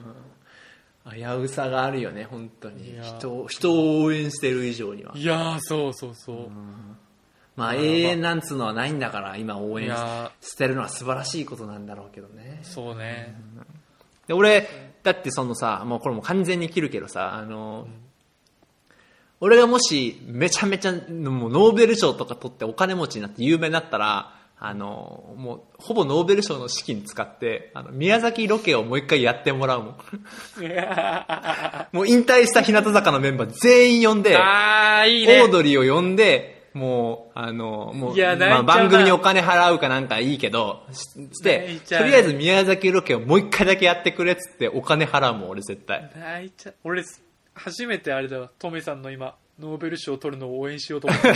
[SPEAKER 2] 危うさがあるよね本当
[SPEAKER 1] い
[SPEAKER 2] に
[SPEAKER 1] や
[SPEAKER 2] 人を人を応援してる以上にはい
[SPEAKER 1] やー、そうそうそう。
[SPEAKER 2] まあ永遠なんつうのはないんだから今応
[SPEAKER 1] い
[SPEAKER 2] 援
[SPEAKER 1] や
[SPEAKER 2] してるのは素晴らしいことなんだろうけどね
[SPEAKER 1] ー、そう ね。
[SPEAKER 2] で俺だってそのさもうこれもう完全に切るけどさあの、俺がもしめちゃめちゃもうノーベル賞とか取ってお金持ちになって有名になったらあの、もう、ほぼノーベル賞の資金使って、あの、宮崎ロケをもう一回やってもらうもん。 もう引退した日向坂のメンバー全員呼んで、
[SPEAKER 1] ああ、いいね。
[SPEAKER 2] オードリーを呼んで、もう、あの、もう、
[SPEAKER 1] いや泣いちゃうな
[SPEAKER 2] 番組にお金払うかなんかいいけど、しして
[SPEAKER 1] 泣い、ちゃう
[SPEAKER 2] とりあえず宮崎ロケをもう一回だけやってくれっつって、お金払うもん、俺絶 対。
[SPEAKER 1] 泣いちゃう俺、初めてあれだわ、トメさんの今、ノーベル賞を取るのを応援しようと思 って。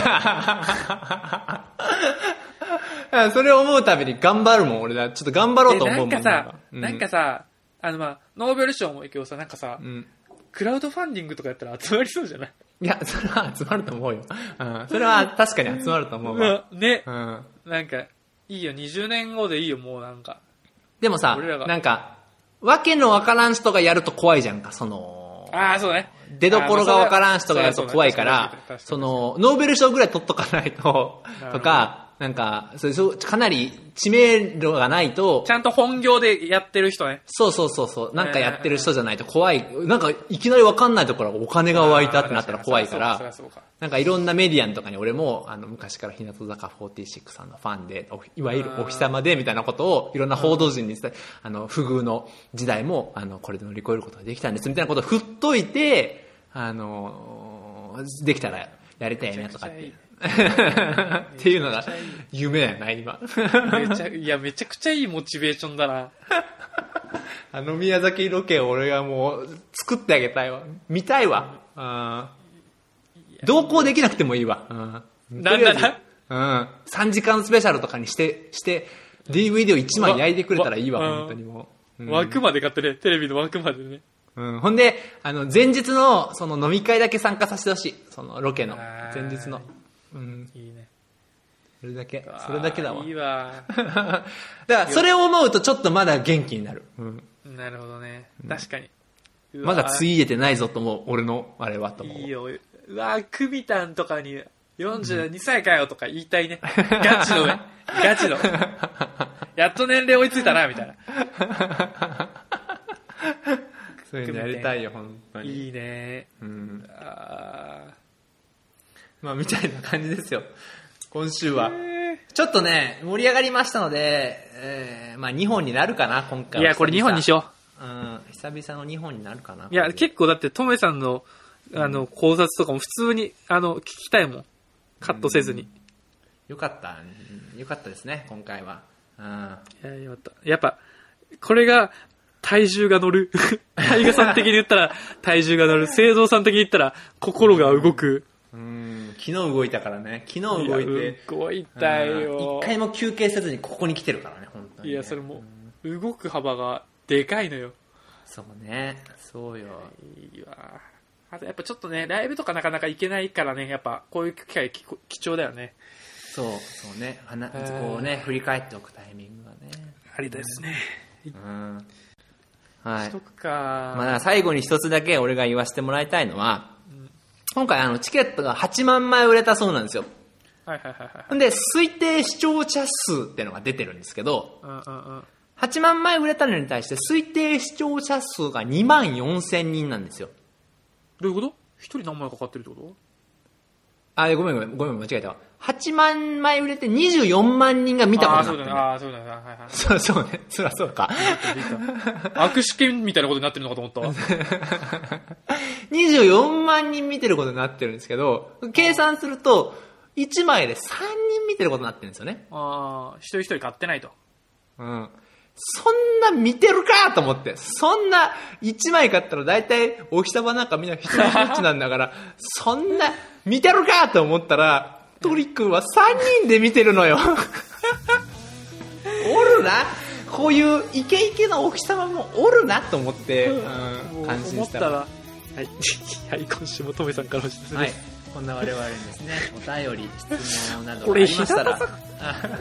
[SPEAKER 2] それを思うたびに頑張るもん、俺だ。ちょっと頑張ろうと
[SPEAKER 1] で
[SPEAKER 2] 思う
[SPEAKER 1] な
[SPEAKER 2] も
[SPEAKER 1] んか
[SPEAKER 2] ん。
[SPEAKER 1] さ、なんか
[SPEAKER 2] さ、
[SPEAKER 1] さ、あのまあ、ノーベル賞もいいけどさ、なんかさ
[SPEAKER 2] う、ん。
[SPEAKER 1] クラウドファンディングとかやったら集まりそうじゃない
[SPEAKER 2] いや、それは集まると思うよ。うん。それは確かに集まると思うわ。
[SPEAKER 1] ね
[SPEAKER 2] う。ん。
[SPEAKER 1] なんか、いいよ、20年後でいいよ、もうなんか。
[SPEAKER 2] でもさ
[SPEAKER 1] 俺らが、
[SPEAKER 2] なんか、わけのわからん人がやると怖いじゃんか、その、
[SPEAKER 1] ああ、そうね。
[SPEAKER 2] 出どころがわからん人がやると怖いか
[SPEAKER 1] そうだ
[SPEAKER 2] ら
[SPEAKER 1] そうだ、
[SPEAKER 2] その、ノーベル賞ぐらい取っとかないと
[SPEAKER 1] なるほ、ど
[SPEAKER 2] とか、なんか、そうそうかなり知名度がないと
[SPEAKER 1] ち、ゃんと本業でやってる人ね。
[SPEAKER 2] そうそうそうそう、なんかやってる人じゃないと怖い、なんかいきなりわかんないところがお金が湧いたってなったら怖いか
[SPEAKER 1] そりゃ
[SPEAKER 2] ら、
[SPEAKER 1] そうか。
[SPEAKER 2] なんかいろんなメディアのとかに俺も、あの、昔から日向坂46さんのファンで、おいわゆるお日様でみたいなことをいろんな報道陣に伝え、あの、不遇の時代も、あの、これで乗り越えることができたんですみたいなことを振っといて、あの、できたらやりたいなとかって。 っていうのが夢やな、今。
[SPEAKER 1] そりゃそうかめちゃいや、めちゃくちゃいいモチベーションだな。
[SPEAKER 2] あの宮崎ロケを俺がもう作ってあげたいわ。見たいわ。うん。同行できなくてもいいわ。うん。
[SPEAKER 1] なんなら
[SPEAKER 2] うん。3時間スペシャルとかにして、して、DVD を1枚焼いてくれたらいいわ、
[SPEAKER 1] うわ
[SPEAKER 2] 本当にもう。うん
[SPEAKER 1] 枠まで買ってね、テレビの枠までね。
[SPEAKER 2] うん。ほんで、あの、前日の、その飲み会だけ参加させてほしい。そのロケの。
[SPEAKER 1] あー
[SPEAKER 2] 前日の。うん。
[SPEAKER 1] いいね。
[SPEAKER 2] それだけ。それだけだわ
[SPEAKER 1] い。いわ。
[SPEAKER 2] だから、それを思うとちょっとまだ元気になる。うん。
[SPEAKER 1] なるほどね。確かに。
[SPEAKER 2] まだつ
[SPEAKER 1] い
[SPEAKER 2] いえてないぞと思う。俺の、あれはと思う。
[SPEAKER 1] いいよ。うわー、クビタンとかに、42歳かよとか言いた いね。ガチのね。ガチの。やっと年齢追いついたな、みたいな。
[SPEAKER 2] そういうのやりたいよ、本当に。
[SPEAKER 1] いいね。
[SPEAKER 2] うん。
[SPEAKER 1] あ
[SPEAKER 2] まあ、みたいな感じですよ。 今週は
[SPEAKER 1] ー。え
[SPEAKER 2] ちょっとね、盛り上がりましたので、えー、まあ、2本になるかな、今
[SPEAKER 1] ー
[SPEAKER 2] 回
[SPEAKER 1] いや、これ2本にし
[SPEAKER 2] よ
[SPEAKER 1] よ
[SPEAKER 2] う。うん、久々の2本になるかな。
[SPEAKER 1] う。いや、結構だって、トメさんの、あの、考察とかも普通に、あの、聞きたいもん。カットせずに。
[SPEAKER 2] よかった。うんよかったですね、今回は。うん。
[SPEAKER 1] いや、よかった。やっぱ、これが、体重が乗 る。タイガさん的に言ったら、体重が乗る。聖堂さん的に言ったら、心が動く。
[SPEAKER 2] うん、昨日動いたからね、昨日動いて。
[SPEAKER 1] や。動いた
[SPEAKER 2] うん
[SPEAKER 1] よ
[SPEAKER 2] 一。回も休憩せずにここに来てるからね、本当に、
[SPEAKER 1] い
[SPEAKER 2] ね。
[SPEAKER 1] や、それも、動く幅が、でかいのよ。
[SPEAKER 2] そうね、そうよ。
[SPEAKER 1] いいわ。あと、やっぱちょっとね、ライブとかなかなか行けないからね、やっぱ、こういう機会、きこ貴重だよね。
[SPEAKER 2] そう、そうね、はな
[SPEAKER 1] うん
[SPEAKER 2] こうね、振り返っておくタイミングがね。
[SPEAKER 1] ありですね。
[SPEAKER 2] うん。はい
[SPEAKER 1] し。とくか。
[SPEAKER 2] まあ、最後に一つだけ俺が言わせてもらいたいのは、今回あの、チケットが8万枚売れたそうなんですよ。
[SPEAKER 1] はいはいはいはい。
[SPEAKER 2] んで、推定視聴者数ってのが出てるんですけど、
[SPEAKER 1] うんうんうん。
[SPEAKER 2] 8万枚売れたのに対して推定視聴者数が2万4千人なんですよ。
[SPEAKER 1] どういうこと一人何枚かかってるってこと
[SPEAKER 2] あ、ごめんごめん、ごめん、間違えたわ。8万枚売れて24万人が見たこ
[SPEAKER 1] あ
[SPEAKER 2] と
[SPEAKER 1] あー、そうだ
[SPEAKER 2] に
[SPEAKER 1] ね。
[SPEAKER 2] なっ
[SPEAKER 1] ああー、そうだね。はいはいはい。
[SPEAKER 2] たそうそうね。そりゃそうか。
[SPEAKER 1] 握手券みたいなことになってるのかと思ったわ。
[SPEAKER 2] 24万人見てることになってるんですけど、計算すると、1枚で3人見てることになってるんですよね。
[SPEAKER 1] ああ、一人一人買ってないと。
[SPEAKER 2] うん。そんな見てるかと思って。そんな、1枚買ったら大体、お日様なんかみんな一人一ちなんだから、そんな、見てるかと思ったら、トリックは3人で見てるの よ。おるな。こういうイケイケのお日様もおるなと思って、うん、感心
[SPEAKER 1] 思っ
[SPEAKER 2] したた
[SPEAKER 1] ら。
[SPEAKER 2] わ
[SPEAKER 1] はい。 はい、今週もトメさんからお知らせ
[SPEAKER 2] は
[SPEAKER 1] で
[SPEAKER 2] い
[SPEAKER 1] す。、
[SPEAKER 2] こんな我々にですね、お便り、質問など
[SPEAKER 1] こ
[SPEAKER 2] があ
[SPEAKER 1] れ
[SPEAKER 2] りましたら。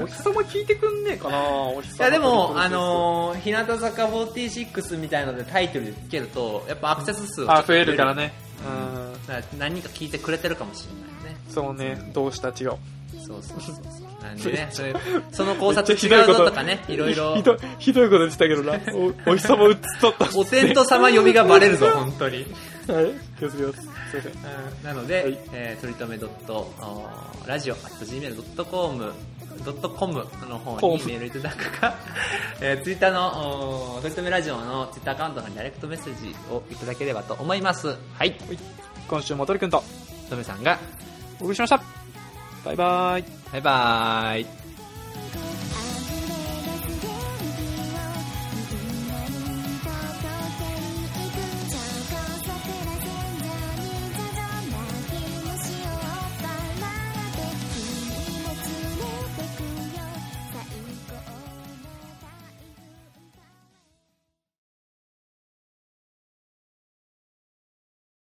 [SPEAKER 1] お日様聞いてくんねえかなお日様。
[SPEAKER 2] いやでも、あ、のー、日向坂46みたいのでタイトルでつけると、やっぱアクセス数
[SPEAKER 1] あー増えるから
[SPEAKER 2] ね。
[SPEAKER 1] ね。うん。
[SPEAKER 2] だから何人か聞いてくれてるかもしれないね。
[SPEAKER 1] そうね、どうした違う。
[SPEAKER 2] そうそうそうそう。なんでね、そういう、その考察違うぞとかね、いろいろ
[SPEAKER 1] ひ、どい、ひどいこと言ってたけどな。お、お日様映っとった。
[SPEAKER 2] お天道様呼びがバレるぞ、本当に。
[SPEAKER 1] はい、気をつけます。すいません。
[SPEAKER 2] なの
[SPEAKER 1] は
[SPEAKER 2] で
[SPEAKER 1] い、
[SPEAKER 2] えーとりとめ .radio.gmail.com .com の方にメールいただくか、 えー、ツイッターの、おーとりとめラジオのツイッターアカウントのダイレクトメッセージをいただければと思います。はい。
[SPEAKER 1] 今週もとりくんと
[SPEAKER 2] とめさんが、
[SPEAKER 1] お送りしました。バイバイ。
[SPEAKER 2] バイバーイ。